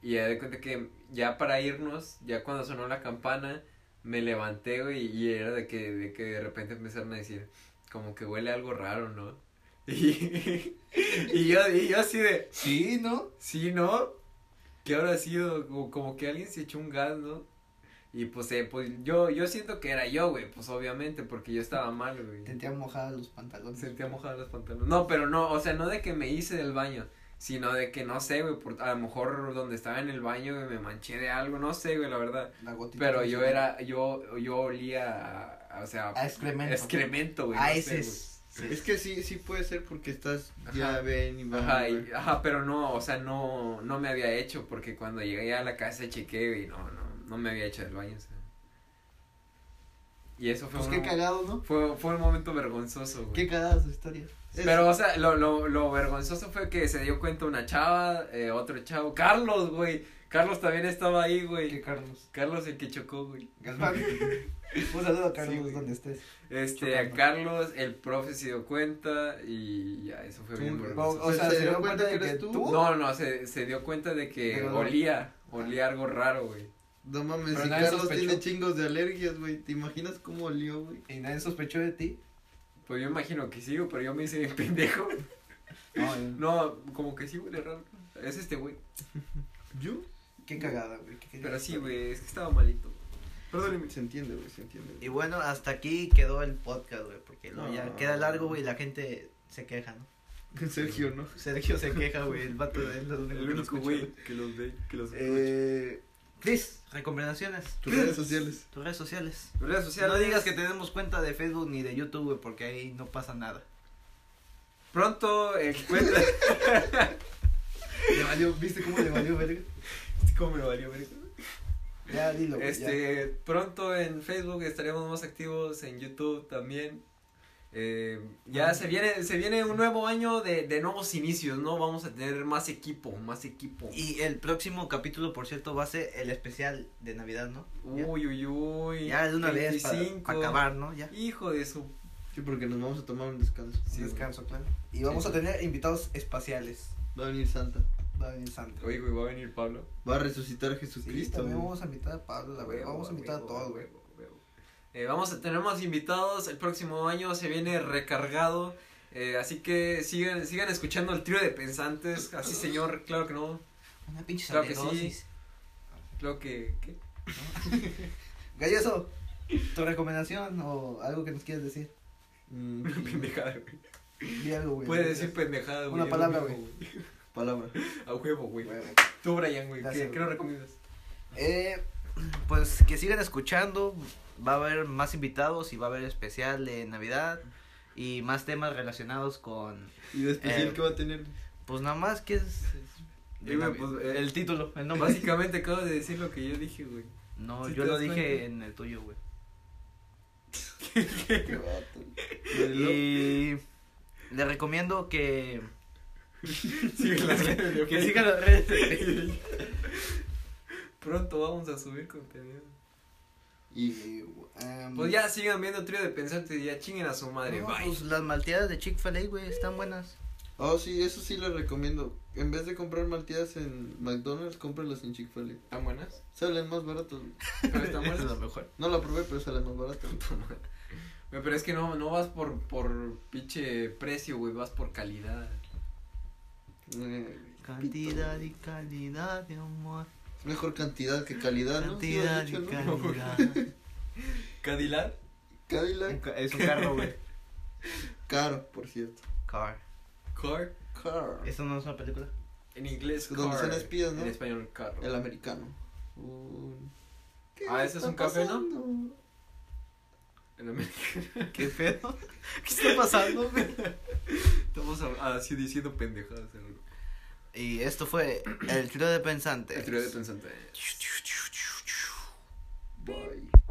A: Y ya de cuenta que ya para irnos, ya cuando sonó la campana, me levanté, güey, y era de que, de que de repente empezaron a decir, como que huele algo raro, ¿no? Y, y yo, y yo así de,
I: Sí, ¿no?
A: sí, ¿no? ¿Qué habrá sido? Como, como que alguien se echó un gas, ¿no? Y pues, eh, pues yo, yo siento que era yo, güey, pues obviamente, porque yo estaba mal, güey.
I: Sentía mojadas los pantalones.
A: Sentía mojadas los pantalones. No, pero no, o sea, no de que me hice del baño, sino de que no sé, güey, por- a lo mejor donde estaba en el baño, güey, me manché de algo, no sé, güey, la verdad.
I: La gotita.
A: Pero yo era, yo, yo olía, a- a- o sea,
B: Ah,
I: A excremento.
A: excremento, güey.
I: Ah,
A: no sé,
I: ese
A: güey.
I: es.
C: Es que sí, sí puede ser porque estás
A: Ajá.
C: ya ven y van.
A: Ajá, y- ajá, pero no, o sea, no, no me había hecho, porque cuando llegué a la casa chequé y no, no, no me había hecho del baño, o sea. Y eso fue
I: Pues
A: un,
I: qué cagado, ¿no?
A: fue, fue un momento vergonzoso, güey.
I: Qué cagada su historia.
C: Es-
A: Pero, o sea, lo, lo, lo vergonzoso fue que se dio cuenta una chava, eh, otro chavo. Carlos, güey. Carlos también estaba ahí,
I: Qué
A: güey.
I: Carlos.
A: Carlos el que chocó, güey.
I: Galván. Un saludo a Carlos
A: Sí, güey.
I: donde estés.
A: Este, a
I: Chocando.
A: Carlos, el profe se dio cuenta y ya, eso fue
C: Tú,
A: bien
C: güey.
I: O,
A: vergonzoso.
I: o sea, se dio cuenta de
C: que
I: que
C: eres
I: tú.
C: tú?
A: No, no, se, se dio cuenta de que
I: Pero no.
A: olía, olía algo raro, güey.
C: No mames,
A: Pero
C: si
A: nadie
C: Carlos
A: sospechó.
C: tiene chingos de alergias, güey. ¿Te imaginas cómo olió, güey?
I: Y nadie sospechó de ti.
A: Pues yo imagino que sí, güey, pero yo me hice bien pendejo.
I: No,
A: No, como que sí huele raro. Es este, güey.
C: ¿Yo?
I: Qué cagada, güey. qué cagada
A: Pero sí,
I: historia.
A: güey, es que estaba malito. Perdóneme.
C: Se entiende, güey, se entiende.
B: Y
C: güey.
B: bueno, hasta aquí quedó el podcast, güey, porque luego ya
C: No.
B: queda largo, güey, y la gente se queja, ¿no?
C: Sergio, ¿no?
B: Sergio se queja, güey, el vato de él, lo único
A: El
B: que lo
A: único,
B: escucha,
A: güey, que los ve, que los
C: Eh,
B: Chris, recomendaciones.
C: tus redes sociales.
B: Tus redes sociales.
A: Redes sociales.
B: no digas que tenemos cuenta de Facebook ni de YouTube, güey, porque ahí no pasa nada.
A: Pronto eh, encuentra.
I: Le valió, ¿viste cómo le valió, verga?
A: ¿Cómo me valió, verga?
I: Ya, dilo, güey. ya.
A: Este, pronto en Facebook estaremos más activos, en YouTube también. Eh, ya
B: Ah.
A: se viene, se viene un nuevo año de, de nuevos inicios, ¿no? Vamos a tener más equipo, más equipo.
B: Y el próximo capítulo, por cierto, va a ser el especial de Navidad, ¿no? Ya.
A: Uy, uy, uy.
B: Ya de una vez para
A: 25.
B: acabar, ¿no? Ya.
A: Hijo de su.
C: Sí, porque nos vamos a tomar un descanso.
I: Un descanso, claro. Y vamos a tener invitados espaciales.
C: Va a venir Santa.
I: Va a venir Santa.
A: Oye, güey, va a venir Pablo.
C: Va a resucitar
I: Sí,
C: Jesucristo.
I: también
C: güey.
I: vamos a invitar a Pablo, la verdad. Vamos a invitar a todos, güey.
A: Eh, vamos a tener más invitados. El próximo año se viene recargado. eh, así que sigan, sigan escuchando el trío de pensantes. Así, señor, claro que no.
B: Una pinche
A: Claro que
B: sobredosis.
A: Claro que. ¿qué?
I: Galloso, tu recomendación o algo que nos quieras decir.
C: Mm,
A: Una pendejada, güey.
I: Di algo, güey.
A: Puedes decir pues. pendejada, güey.
I: Una
A: a
I: palabra,
A: huevo,
I: güey.
C: palabra.
A: A huevo, güey.
I: Güey,
A: Tú, Brian, güey.
I: Gracias,
A: ¿Qué, ¿qué
I: güey.
A: nos recomiendas?
B: Eh, pues que sigan escuchando. Va a haber más invitados y va a haber especial de Navidad y más temas relacionados con.
C: Y de
A: Este
C: especial
B: Eh,
C: que va a tener.
B: Pues nada más que es. de
A: Dime,
B: Navidad.
A: pues, eh,
B: el título, el nombre.
A: Básicamente acabo de decir lo que yo dije, güey.
B: No,
A: ¿Sí
B: yo
A: te
B: lo
A: das
B: dije
A: cuenta?
B: en el tuyo, güey.
I: qué vato.
B: Y. Le recomiendo que.
A: Sigue las redes de
B: que
A: Facebook.
B: sigan las redes de Facebook.
A: Pronto vamos a subir contenido.
I: Y, um,
A: Pues ya sigan viendo trío de pensantes y ya chinguen a su madre.
B: Em, No,
A: Bye.
B: pues, las malteadas de Chick-fil-A, güey, están buenas.
C: Oh, sí, eso sí les recomiendo. En vez de comprar malteadas en McDonald's, cómpralas en Chick-fil-A.
A: ¿Están buenas?
C: Salen más baratos. güey.
A: ¿Pero están buenas?
B: mejor.
C: No la probé, pero salen más baratos.
A: Güey, pero es que no, no vas por, por pinche precio, güey, vas por calidad.
C: Eh,
B: Cantidad y calidad de amor.
C: es mejor cantidad que calidad, ¿no? Sí, lo
B: Cantidad
C: has dicho,
B: y
C: ¿no?
B: calidad.
A: ¿Cadillac?
C: Cadillac,
B: Es un carro, güey.
C: caro, por cierto.
B: Car.
A: Car.
C: Car.
B: ¿Eso no es una película?
A: En inglés, car.
C: Donde son espías, ¿no?
A: En español, car.
C: El americano. Un- ¿Qué
A: Ah, ese es
C: está
A: un café, ¿no?
C: pasando?
A: En América.
B: ¿Qué pedo? ¿Qué está pasando, güey?
A: ah, Estamos a- así diciendo pendejadas. güey.
J: Y esto fue el trío de pensante.
B: El trío de pensante.